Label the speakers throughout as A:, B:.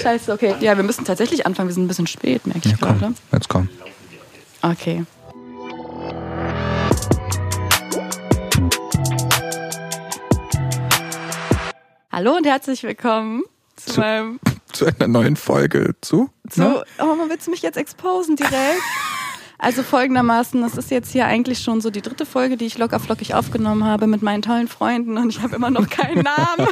A: Scheiße, okay. Ja, wir müssen tatsächlich anfangen. Wir sind ein bisschen spät, merke ich
B: Ja,
A: gerade.
B: komm, jetzt komm.
A: Okay. Hallo und herzlich willkommen zu,
B: Zu-
A: meinem.
B: Zu einer neuen Folge zu.
A: Zu,
B: ne?
A: Oh, man willst du mich jetzt exposen direkt? Also folgendermaßen, das ist jetzt hier eigentlich schon so die dritte Folge, die ich locker flockig aufgenommen habe mit meinen tollen Freunden und ich habe immer noch keinen Namen.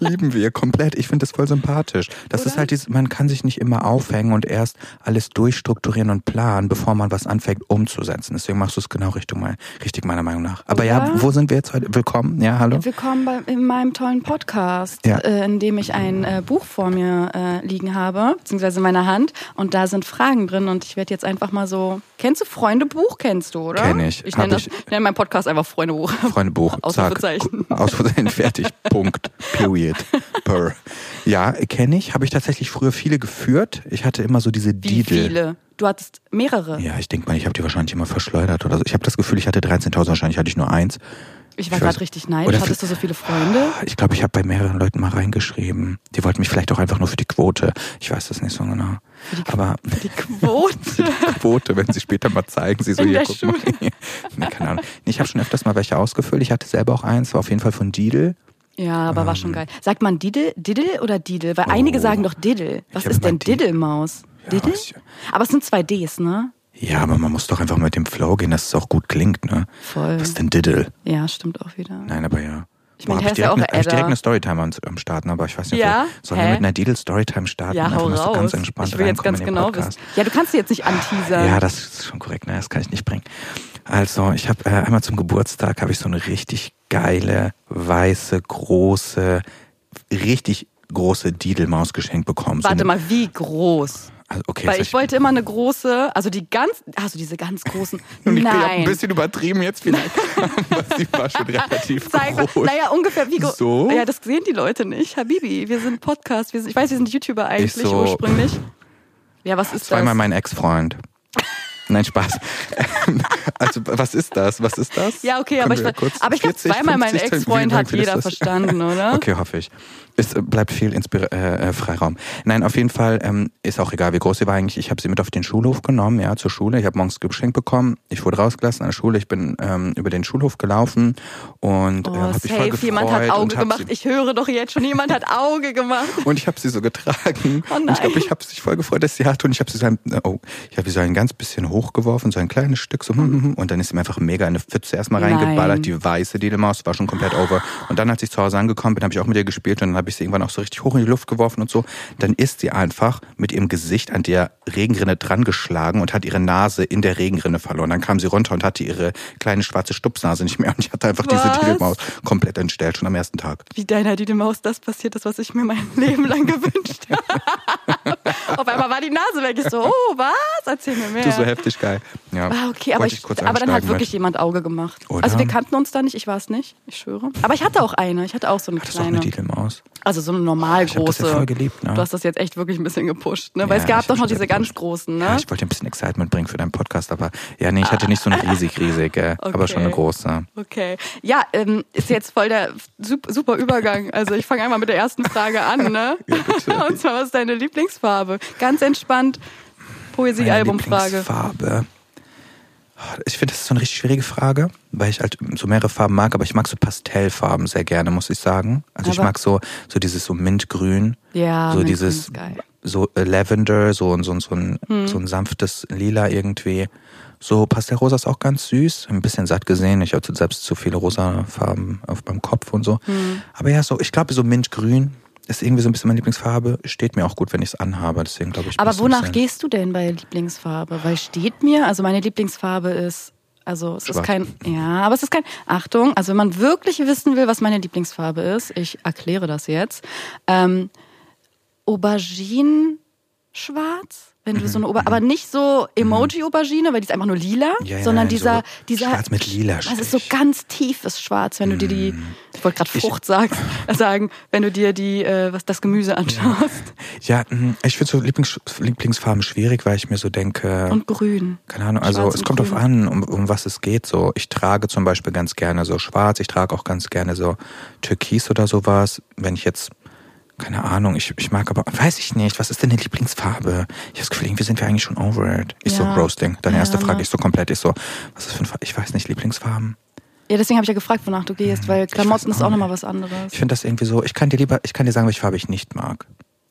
B: Lieben wir komplett. Ich finde das voll sympathisch. Das ist halt dieses, man kann sich nicht immer aufhängen und erst alles durchstrukturieren und planen, bevor man was anfängt umzusetzen. Deswegen machst du es genau Richtung mein, richtig meiner Meinung nach. Aber ja,
A: Oder?
B: wo sind wir jetzt heute? Willkommen. Ja, hallo.
A: Willkommen bei, in meinem tollen Podcast,
B: Ja.
A: äh, in dem ich ein äh, Buch vor mir äh, liegen habe, beziehungsweise in meiner Hand. Und da sind Fragen drin und ich werde jetzt einfach mal so. Kennst du Freundebuch? Kennst du, oder?
B: Kenn ich.
A: Ich
B: Hab
A: nenne
B: ich-
A: ich nenn meinen Podcast einfach Freundebuch.
B: Freundebuch. Zack.
A: Ausrufezeichen.
B: Ausrufezeichen fertig. Punkt. Period. Per. Ja, kenne ich. Habe ich tatsächlich früher viele geführt. Ich hatte immer so diese
A: Wie
B: Didel.
A: viele? Du hattest mehrere.
B: Ja, ich denke mal, ich habe die wahrscheinlich immer verschleudert oder so. Ich habe das Gefühl, ich hatte 13.000, wahrscheinlich hatte ich nur eins.
A: Ich war
B: Ich
A: gerade
B: weiß-
A: richtig
B: Oder
A: neidisch. Hattest du so viele Freunde?
B: Ich glaube, ich habe bei mehreren Leuten mal reingeschrieben. Die wollten mich vielleicht auch einfach nur für die Quote. Ich weiß das nicht so genau. Aber
A: Die Quote.
B: Quote, wenn sie später mal zeigen, sie so
A: In
B: hier
A: der
B: guck mal. Nee, keine Ahnung. Nee, Ich habe schon öfters mal welche ausgefüllt. Ich hatte selber auch eins, war auf jeden Fall von Didel.
A: Ja, aber war
B: Ähm.
A: schon geil. Sagt man Didel, Diddle oder Didel? Weil einige sagen doch Diddle. Was
B: Oh. hab
A: ist denn
B: immer die-
A: Diddelmaus?
B: Ja,
A: Diddle?
B: ich-
A: Aber es sind zwei Ds, ne?
B: Ja, aber man muss doch einfach mit dem Flow gehen, dass es auch gut klingt, ne?
A: Voll.
B: Was denn Didel?
A: Ja, stimmt auch wieder.
B: Nein, aber ja.
A: Ich meine,
B: Boah,
A: der
B: hab
A: ist ja
B: direkt
A: auch
B: eine, hab ich
A: Edda.
B: direkt eine Storytime am, am Starten, aber ich weiß nicht,
A: Ja?
B: ob- sollen wir
A: Hä?
B: mit einer Didel Storytime starten?
A: Ja,
B: Einfach
A: hau
B: nur so
A: raus.
B: ganz entspannt
A: ich will jetzt
B: reinkommen
A: ganz
B: in den
A: genau
B: Podcast. Ah,
A: wissen. Ja, du kannst sie jetzt nicht anteasern.
B: Ja, das ist schon korrekt. Ne? Das kann ich nicht bringen. Also, ich habe äh, einmal zum Geburtstag habe ich so eine richtig geile, weiße, große, richtig große Didelmaus geschenkt bekommen. so
A: Warte
B: eine,
A: mal, wie groß?
B: Also, okay,
A: Weil
B: jetzt
A: ich
B: hab
A: wollte immer eine große, also die ganz, also diese ganz großen.
B: Und ich bin auch ein
A: Nein.
B: bisschen übertrieben jetzt vielleicht. Aber sie war schon relativ
A: Zeig mal,
B: groß.
A: naja, ungefähr wie groß.
B: So?
A: Ja, das sehen die Leute nicht. Habibi, wir sind Podcast, wir sind, ich weiß, wir sind YouTuber eigentlich
B: so-
A: ursprünglich. Ja, was ist
B: Zweimal
A: das?
B: mein Ex-Freund. Nein, Spaß. Ähm, also, was ist das? Was ist das?
A: Ja, okay, aber
B: Können
A: ich,
B: wir
A: war- aber ich glaube,
B: 40,
A: zweimal mein
B: 50,
A: Ex-Freund
B: vielen Dank
A: hat
B: für das-
A: jeder
B: das-
A: verstanden, oder?
B: Okay, hoffe ich. Es äh, bleibt viel Inspira äh, äh, Freiraum. Nein, auf jeden Fall ähm, ist auch egal, wie groß sie war eigentlich. Ich habe sie mit auf den Schulhof genommen, ja, zur Schule. Ich habe morgens geschenkt bekommen. Ich wurde rausgelassen an der Schule. Ich bin ähm, über den Schulhof gelaufen und
A: Oh,
B: äh, habe mich voll
A: safe,
B: gefreut
A: jemand hat
B: und
A: Auge
B: hab
A: gemacht.
B: Sie,
A: Ich höre doch jetzt schon, jemand hat Auge gemacht.
B: und ich habe sie so getragen.
A: Oh
B: und ich glaube,
A: nein.
B: ich habe sie voll gefreut, dass sie hatte. Und ich habe sie so ein, oh, ich habe sie so ein ganz bisschen hochgeworfen, so ein kleines Stück, so hm, hm, hm. und dann ist sie mir einfach mega in eine Pfütze erstmal
A: Nein.
B: reingeballert. Die weiße Dedelmaus war schon komplett over. Und dann, als ich zu Hause angekommen bin, habe ich auch mit ihr gespielt und dann habe ich sie irgendwann auch so richtig hoch in die Luft geworfen und so. Dann ist sie einfach mit ihrem Gesicht an der Regenrinne dran geschlagen und hat ihre Nase in der Regenrinne verloren. Dann kam sie runter und hatte ihre kleine schwarze Stupsnase nicht mehr. Und ich hatte einfach diese
A: Was?
B: Dedelmaus komplett entstellt, schon am ersten Tag.
A: wie deiner Dide Maus das passiert ist, was ich mir mein Leben lang gewünscht habe. Auf einmal war die Nase weg. Ich so, oh, was? Erzähl mir mehr.
B: Du so heftig geil. Ja.
A: ah, okay, aber,
B: Wollte
A: ich, aber dann hat
B: einsteigen,
A: wirklich
B: weil-
A: jemand Auge gemacht.
B: Oder?
A: Also wir kannten uns da nicht, ich war es nicht, ich schwöre. Aber ich hatte auch eine, ich hatte auch so eine
B: Das ist auch eine
A: kleine.
B: Didelmaus.
A: also so eine normal
B: Ich hab das
A: große.
B: ja voll geliebt, ne?
A: Du hast das jetzt echt wirklich ein bisschen gepusht, ne? Weil
B: Ja,
A: es
B: ich
A: gab doch
B: hab
A: noch
B: schon
A: diese ganz großen, ne?
B: Ja, ich wollte ein bisschen Excitement bringen für deinen Podcast, aber ja, nee, ich hatte nicht so eine riesig, riesig, äh, aber schon eine
A: Okay.
B: große.
A: Okay. Ja, ähm, ist jetzt voll der sup- super Übergang. Also ich fange einmal mit der ersten Frage an, ne? Und zwar, was ist deine Lieblingsfarbe? Ganz entspannt. Poesie-Album-Frage.
B: Farbe. Oh, Ich finde, das ist so eine richtig schwierige Frage, weil ich halt so mehrere Farben mag, aber ich mag so Pastellfarben sehr gerne, muss ich sagen. Also ich
A: Aber-
B: mag so, so dieses so Mintgrün,
A: Ja,
B: so
A: Mintgrün
B: dieses
A: ist geil. Hm.
B: so äh, Lavender, so, ein- so, ein- so, ein, so ein sanftes Lila irgendwie. So Pastellrosa ist auch ganz süß, ein bisschen satt gesehen. Ich hatte selbst zu viele rosa Farben auf meinem Kopf und so.
A: Hm.
B: Aber ja, so ich glaube so Mintgrün ist irgendwie so ein bisschen meine Lieblingsfarbe. Steht mir auch gut, wenn ich es anhabe. Deswegen glaube ich.
A: Aber
B: muss es
A: wonach
B: sein.
A: gehst du denn bei Lieblingsfarbe? Weil steht mir, also meine Lieblingsfarbe ist, also es
B: Schwarz.
A: ist kein, ja, aber es ist kein, Achtung, also wenn man wirklich wissen will, was meine Lieblingsfarbe ist, ich erkläre das jetzt, ähm, Aubergine-Schwarz, wenn
B: Mhm,
A: du so eine, Ober aber nicht so Emoji-Aubergine, weil die ist einfach nur lila,
B: Ja, ja,
A: sondern
B: nein,
A: dieser,
B: so
A: dieser,
B: schwarz mit lila
A: das ist so
B: Strich.
A: ganz tiefes Schwarz, wenn du dir die,
B: Mhm.
A: ich wollte gerade Frucht sagst, sagen, wenn du dir die, äh, was das Gemüse anschaust
B: Ja, mh, ich finde so Lieblings Lieblingsfarben schwierig, weil ich mir so denke,
A: und grün.
B: keine Ahnung, also
A: Schwarz
B: es
A: und
B: kommt drauf
A: grün.
B: an, um, um was es geht. So, ich trage zum Beispiel ganz gerne so schwarz, ich trage auch ganz gerne so Türkis oder sowas. Wenn ich jetzt Keine Ahnung, ich, ich mag aber, weiß ich nicht, was ist denn die Lieblingsfarbe? Ich habe das Gefühl, irgendwie sind wir eigentlich schon over it. Ich
A: Ja.
B: so, Roasting. Deine
A: Ja,
B: erste Frage,
A: ne?
B: ich so komplett, ich so, was ist für ein, Fa- ich weiß nicht, Lieblingsfarben?
A: Ja, deswegen habe ich ja gefragt, wonach du gehst, weil Klamotten
B: weiß
A: ist auch
B: auch
A: nochmal
B: nicht.
A: was anderes.
B: Ich finde das irgendwie so, ich kann dir lieber, ich kann dir sagen, welche Farbe ich nicht mag.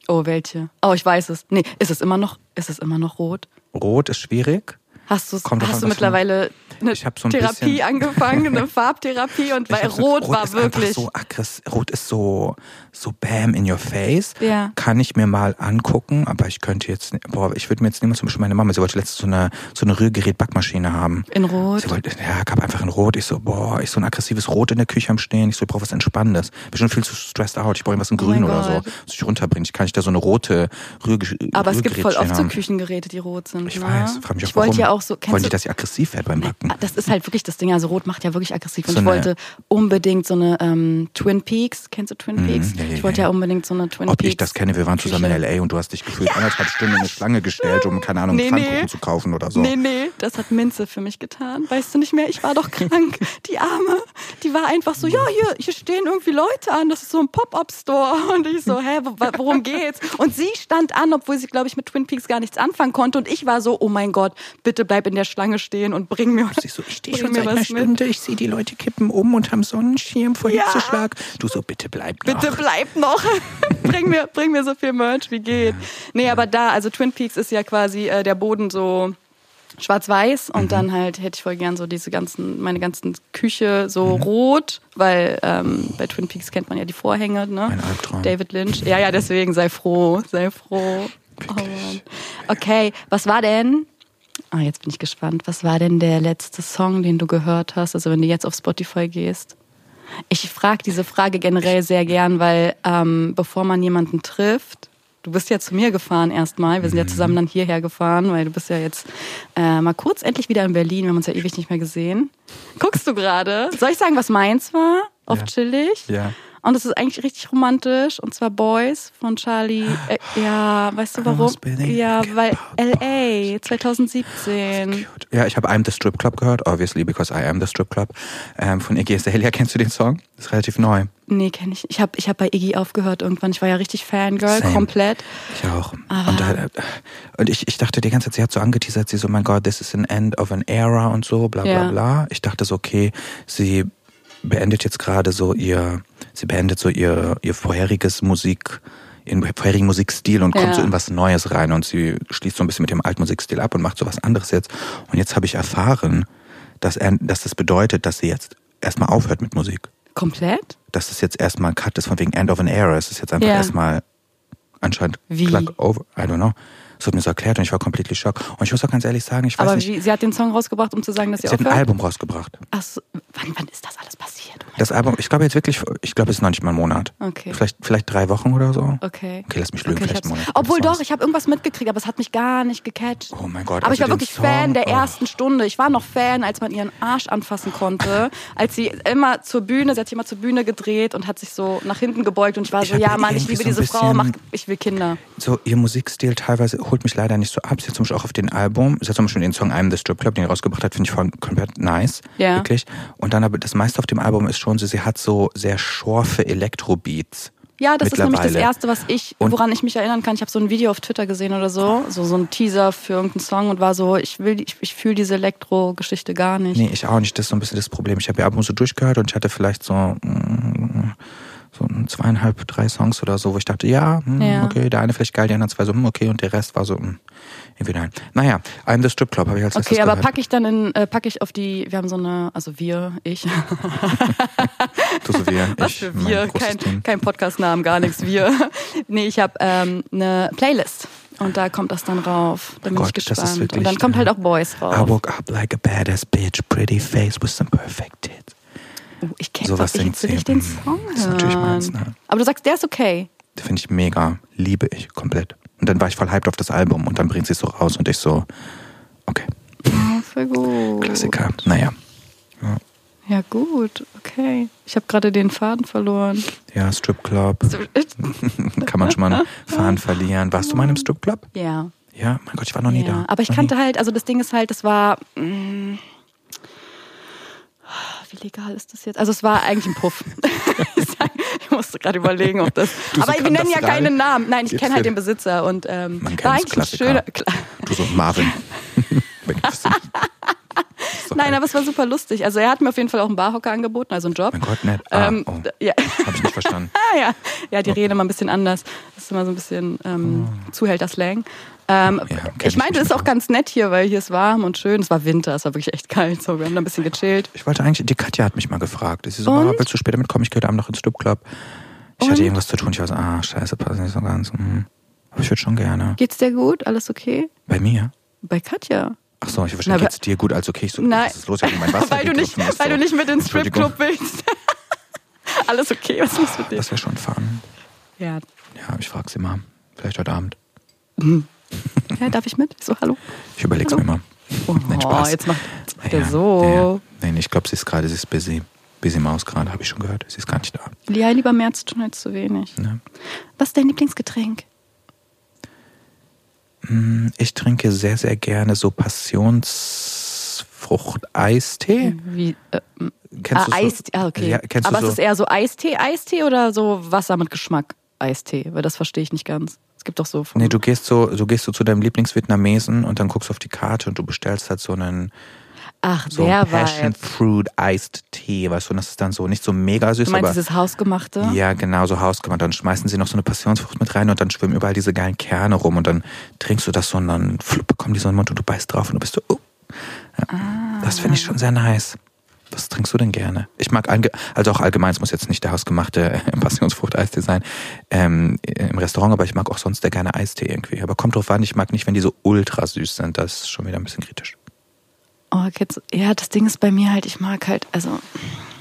A: Oh, welche? Oh, ich weiß es. Nee, ist es immer noch, ist es immer noch rot?
B: Rot ist schwierig.
A: Hast, du's,
B: Kommt drauf
A: hast
B: an,
A: du
B: was für ein-
A: mittlerweile eine
B: Ich hab so ein
A: Therapie
B: bisschen-
A: angefangen, eine Farbtherapie und
B: Ich
A: weil
B: hab so-
A: rot, war
B: ist einfach
A: wirklich.
B: So aggress rot ist so, so bam in your face.
A: Ja.
B: Kann ich mir mal angucken, aber ich könnte jetzt, ni- boah, ich würde mir jetzt niemals zum Beispiel meine Mama, sie wollte letztens so eine, so eine Rührgerät-Backmaschine haben.
A: In Rot.
B: Sie wollte, ja, gab einfach ein Rot. Ich so, boah, ich so ein aggressives Rot in der Küche am Stehen. Ich so, ich brauche was Entspannendes. Bin schon viel zu stressed out. Ich brauche irgendwas in
A: Oh mein
B: Grün oder so,
A: Gott.
B: was ich runterbringe. Ich kann nicht da so eine rote Rührge
A: Aber es gibt voll
B: Rührgerätstelle
A: oft so
B: haben.
A: Küchengeräte, die rot sind.
B: Ich
A: ne?
B: weiß, frag mich auch
A: Ich wollte
B: warum.
A: ja auch so,
B: Wollen
A: kennst du,
B: die, dass ich aggressiv werde beim Backen?
A: Ah, das ist halt wirklich das Ding. Also Rot macht ja wirklich aggressiv. Und
B: So
A: ich
B: eine-
A: wollte unbedingt so eine ähm, Twin Peaks. Kennst du Twin Peaks?
B: ja, ja,
A: ich wollte
B: ja.
A: ja unbedingt so eine Twin
B: Ob
A: Peaks.
B: ich das kenne, wir waren zusammen in
A: Küche.
B: L.A. und du hast dich gefühlt anderthalb Stunden in eine Schlange gestellt, um, keine Ahnung,
A: Nee,
B: Pfannkuchen
A: nee.
B: zu kaufen oder so.
A: Nee, nee, das hat Minze für mich getan. Weißt du nicht mehr? Ich war doch krank. Die Arme, die war einfach so, ja, hier, hier stehen irgendwie Leute an. Das ist so ein Pop-Up-Store. Und ich so, hä, wo- wa- worum geht's? Und sie stand an, obwohl sie, glaube ich, mit Twin Peaks gar nichts anfangen konnte. Und ich war so, oh mein Gott, bitte bleib in der Schlange stehen und bring mir,
B: Ich so, ich stehe
A: bring
B: schon
A: mir
B: seit einer
A: was mit.
B: Stunde, ich sehe die Leute kippen um und haben Sonnenschirm vor
A: Ja.
B: Hitzeschlag. Du so, bitte bleib noch.
A: Bitte bleib noch. bring, mir, bring mir so viel Merch, wie geht. Nee, aber da, also Twin Peaks ist ja quasi äh, der Boden so schwarz-weiß und dann halt hätte ich voll gern so diese ganzen, meine ganzen Küche so rot, weil ähm, bei Twin Peaks kennt man ja die Vorhänge, ne?
B: Mein Albtraum.
A: David Lynch. Ja, ja, deswegen sei froh, sei froh. Oh Mann. Okay, was war denn? Ah, jetzt bin ich gespannt. Was war denn der letzte Song, den du gehört hast? Also wenn du jetzt auf Spotify gehst. Ich frage diese Frage generell sehr gern, weil ähm, bevor man jemanden trifft, du bist ja zu mir gefahren erstmal, wir sind ja
B: Mhm.
A: zusammen dann hierher gefahren, weil du bist ja jetzt äh, mal kurz endlich wieder in Berlin, wir haben uns ja ewig nicht mehr gesehen. Guckst du gerade? Soll ich sagen, was meins war? Auf
B: Ja.
A: chillig?
B: Ja.
A: Und es ist eigentlich richtig romantisch, und zwar Boys von Charlie. Äh, ja, weißt du warum?
B: must believe
A: Ja,
B: I can
A: weil
B: about
A: LA 2017.
B: Cute. Ja, ich habe I'm the Strip Club gehört, obviously, because I am the Strip Club. Ähm, von Iggy Azalea, kennst du den Song? Ist relativ neu.
A: Nee, kenne ich. nicht. Ich habe ich hab bei Iggy aufgehört irgendwann. Ich war ja richtig Fangirl,
B: Same.
A: komplett.
B: Ich auch. Und, äh, und ich, ich dachte die ganze Zeit, sie hat so angeteasert, sie so, mein Gott, this is an end of an era und so, bla bla
A: Ja.
B: bla. Ich dachte so, okay, sie beendet jetzt gerade so ihr, sie beendet so ihr, ihr vorheriges Musik, ihren vorherigen Musikstil und kommt
A: Ja.
B: so in was Neues rein und sie schließt so ein bisschen mit dem alten Musikstil ab und macht so was anderes jetzt. Und jetzt habe ich erfahren, dass, er, dass das bedeutet, dass sie jetzt erstmal aufhört mit Musik
A: Komplett?
B: dass es jetzt erstmal ein Cut ist, von wegen End of an Era. Es ist jetzt einfach
A: Ja.
B: erstmal anscheinend
A: Wie?
B: Plug over. I don't know. Es wird mir so erklärt und ich war completely shocked. Und ich muss auch ganz ehrlich sagen, ich weiß
A: Aber
B: nicht,
A: wie, sie hat den Song rausgebracht, um zu sagen, dass sie,
B: sie hat ein
A: aufhört?
B: Album rausgebracht.
A: Ach so, wann, wann ist das alles passiert? Oh mein
B: Das Album, ich glaube jetzt wirklich, ich glaube, es ist noch nicht mal ein Monat.
A: Okay.
B: Vielleicht, vielleicht drei Wochen oder so.
A: Okay.
B: Okay, lass mich lügen,
A: Okay, ich
B: vielleicht einen
A: hab's-
B: Monat.
A: Obwohl
B: Das war's.
A: doch, ich habe irgendwas mitgekriegt, aber es hat mich gar nicht gecatcht.
B: Oh mein Gott,
A: Aber ich
B: also
A: war
B: den
A: wirklich
B: Song-
A: Fan der
B: oh.
A: ersten Stunde. Ich war noch Fan, als man ihren Arsch anfassen konnte. als sie immer zur Bühne, sie hat sich immer zur Bühne gedreht und hat sich so nach hinten gebeugt und ich war
B: Ich
A: so,
B: hab
A: ja
B: ihr
A: Mann, ich
B: irgendwie
A: liebe
B: so ein
A: diese Frau, mach,
B: bisschen-
A: ich will Kinder.
B: so ihr Musikstil teilweise holt mich leider nicht so ab. Sie hat zum Beispiel auch auf den Album, sie hat zum Beispiel den Song I'm the Strip Club, den sie rausgebracht hat, finde ich voll komplett nice.
A: Ja.
B: Wirklich. Und dann aber das meiste auf dem Album ist schon so, sie hat so sehr scharfe Elektrobeats.
A: Ja, das ist nämlich das
B: mittlerweile.
A: Erste, was ich,
B: Und-
A: woran ich mich erinnern kann. Ich habe so ein Video auf Twitter gesehen oder so, so, so ein Teaser für irgendeinen Song und war so, ich will, ich, ich fühle diese Elektro-Geschichte gar nicht.
B: Nee, ich auch nicht. Das ist so ein bisschen das Problem. Ich habe ihr Album so durchgehört und ich hatte vielleicht so, mm, so ein zweieinhalb, drei Songs oder so, wo ich dachte, ja, mm,
A: Ja.
B: okay, der eine vielleicht geil, die anderen zwei so, mm, okay, und der Rest war so, mm, irgendwie nein. Naja, I'm the Strip Club habe ich als
A: Okay,
B: letztes
A: aber
B: gehört.
A: packe ich dann in, äh, packe ich auf die, wir haben so eine, also wir, ich,
B: Du so wie
A: was
B: ich,
A: für
B: mein
A: wir,
B: großes
A: kein,
B: Ding.
A: kein Podcast-Namen, gar nichts, wir. nee, ich habe ähm, eine Playlist und da kommt das dann rauf, da bin ich
B: Oh Gott, das ist
A: gespannt. und
B: wirklich,
A: dann kommt
B: äh,
A: halt auch Boys
B: I
A: rauf.
B: woke up like a badass bitch, pretty face with some perfect tits.
A: Oh, ich kenne
B: sowas
A: ich,
B: singt
A: jetzt will ich
B: sie.
A: den
B: Mm,
A: Song
B: ist natürlich
A: hören.
B: meins, ne?
A: Aber du sagst, der ist okay.
B: Finde ich mega, liebe ich komplett. Und dann war ich voll hyped auf das Album und dann bringt sie es so raus und ich so, okay,
A: Ja, Oh, voll gut.
B: Klassiker.
A: Oh.
B: Naja,
A: Ja, gut, okay. Ich habe gerade den Faden verloren.
B: ja, Stripclub, kann man schon mal einen Faden verlieren. Warst du mal in einem Stripclub?
A: Ja.
B: Ja, mein Gott, ich war noch nie
A: ja.
B: da.
A: Aber ich
B: Noch
A: kannte halt, also das Ding ist halt, das war. mm, wie wie legal ist das jetzt? Also es war eigentlich ein Puff. ich musste gerade überlegen, ob das.
B: Du, sie
A: aber wir
B: kann
A: nennen
B: das
A: ja
B: gar
A: keinen
B: nicht.
A: Namen. Nein, ich
B: Jetzt
A: kenne halt
B: wird-
A: den Besitzer und ähm,
B: Man
A: war
B: kennt's,
A: eigentlich ein
B: Klassiker.
A: schöner. Kla
B: Du so, Marvin. Wenn ich wüsste. Ist doch
A: Nein,
B: geil.
A: aber es war super lustig. Also er hat mir auf jeden Fall auch einen Barhocker angeboten, also einen Job.
B: Mein Gott, nett. Ah,
A: ähm,
B: oh.
A: d- ja.
B: Hab ich nicht verstanden.
A: Ah, ja. ja, die reden immer ein bisschen anders. Das ist immer so ein bisschen ähm, Zuhälter-Slang. Ähm,
B: Ah. Ja, kenn
A: ich
B: ich
A: meinte,
B: nicht
A: es ist auch ganz nett hier, weil hier ist warm und schön. Es war Winter, es war wirklich echt kalt. So, wir haben da ein bisschen gechillt.
B: Ich wollte eigentlich, die Katja hat mich mal gefragt. Sie so,
A: Und?
B: Mama, willst du später mitkommen? Ich gehe heute Abend noch ins Club. Ich
A: Und?
B: hatte irgendwas zu tun. Ich war so, ah, scheiße, passt nicht so ganz. Hm. Aber ich würde schon gerne.
A: Geht's dir gut? Alles okay?
B: Bei mir?
A: Bei Katja.
B: Ach so, ich
A: Na,
B: verstehe. Geht's dir gut? Also okay, ich so,
A: Nein.
B: was ist los? Ich hab mein Wasser
A: weil, du nicht,
B: gegriffen, ist
A: weil
B: so.
A: du nicht mit ins
B: Entschuldigung.
A: Stripclub willst. Alles okay, was ist mit dir?
B: Das wäre schon fun.
A: Ja.
B: Ja, ich frage sie mal. Vielleicht heute Abend.
A: ja, darf ich mit? Ich So, hallo?
B: Ich überleg's
A: Hallo?
B: mir mal.
A: Oh,
B: Nein, Spaß.
A: jetzt macht, jetzt macht er
B: Ja,
A: so.
B: ja. Nein, ich glaube, sie ist gerade, sie ist busy. Busy Maus gerade, habe ich schon gehört. Sie ist gar nicht da.
A: Ja, lieber mehr zu tun als zu wenig.
B: Ne?
A: Was ist dein Lieblingsgetränk?
B: Hm, Ich trinke sehr, sehr gerne so Passionsfrucht-Eistee.
A: Wie, äh,
B: Kennst
A: ah,
B: du so?
A: Eistee, ah, okay.
B: Ja, kennst
A: Aber
B: du
A: es
B: so?
A: ist eher so Eistee, Eistee oder so Wasser mit Geschmack Eistee? Weil das verstehe ich nicht ganz. Es gibt doch so von
B: Nee, du gehst so, du gehst so zu deinem Lieblingsvietnamesen und dann guckst du auf die Karte und du bestellst halt so einen
A: Ach,
B: so
A: der
B: einen
A: war.
B: Passion Fruit Iced Tea, weißt du, und das ist dann so nicht so mega süß,
A: Du meinst
B: aber
A: dieses Hausgemachte?
B: ja, genau, so hausgemacht. Dann schmeißen sie noch so eine Passionsfrucht mit rein und dann schwimmen überall diese geilen Kerne rum und dann trinkst du das so und dann flupp, kommen die so in den Mund und du beißt drauf und du bist so, oh. ja. Das finde ich schon sehr nice. Was trinkst du denn gerne? Ich mag, allge- also auch allgemein, es muss jetzt nicht der hausgemachte äh, Passionsfrucht-Eistee sein ähm, im Restaurant, aber ich mag auch sonst sehr gerne Eistee irgendwie. Aber kommt drauf an, ich mag nicht, wenn die so ultra süß sind. Das ist schon wieder ein bisschen kritisch.
A: Oh, Kids. Ja, das Ding ist bei mir halt, ich mag halt, also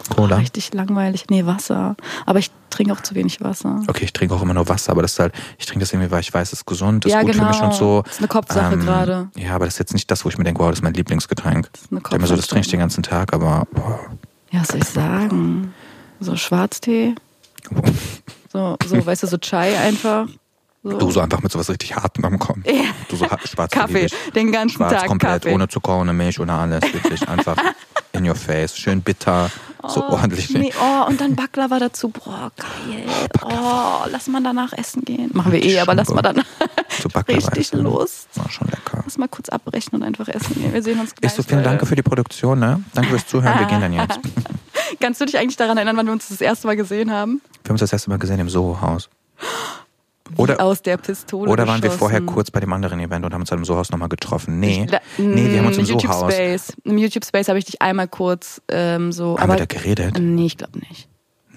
B: Cola?
A: richtig langweilig. Nee, Wasser. Aber ich trinke auch zu wenig Wasser.
B: Okay, ich trinke auch immer nur Wasser, aber das ist halt, ich trinke das irgendwie, weil ich weiß, es ist gesund, ist
A: Ja,
B: gut
A: genau.
B: für mich und so. Ähm,
A: Ist eine Kopfsache gerade.
B: Ja, aber das ist jetzt nicht das, wo ich mir denke, wow, das ist mein Lieblingsgetränk.
A: ist eine
B: Ich denke mir so, das trinke ich den ganzen Tag, aber boah.
A: Ja, was soll ich sagen? So Schwarztee, so, so weißt du, so Chai einfach.
B: du so einfach mit sowas richtig hartem am Kommen.
A: Ja.
B: Du so ha- schwarz
A: Kaffee,
B: liebe ich.
A: den ganzen
B: schwarz
A: Tag
B: komplett,
A: Kaffee.
B: ohne Zucker, ohne Milch, ohne alles, wirklich einfach in your face, schön bitter, so ordentlich.
A: Nee, oh, und dann Baklava dazu. Boah, geil. Oh, lass mal danach essen gehen. Machen wir eh, aber lass mal danach.
B: So Baklava
A: Richtig
B: essen, ne?
A: Lust.
B: War schon lecker.
A: Lass mal kurz abbrechen und einfach essen gehen. Wir sehen uns gleich.
B: Ich so, vielen Dank
A: Leute.
B: für die Produktion, ne? Danke fürs Zuhören, wir gehen dann jetzt. Wir
A: Kannst du dich eigentlich daran erinnern, wann wir uns das erste Mal gesehen haben?
B: haben uns das erste Mal gesehen im Soho-Haus. Oder,
A: Aus der Pistole.
B: Oder waren wir
A: geschossen.
B: vorher kurz bei dem anderen Event und haben uns dann im Sohaus nochmal getroffen? Nee.
A: Ich gla-
B: nee, wir haben uns im
A: Mm, YouTube
B: Sohaus. Haben
A: Space. Im YouTube Space habe ich dich einmal kurz ähm, so. aber
B: wir da geredet?
A: Nee, ich glaube nicht.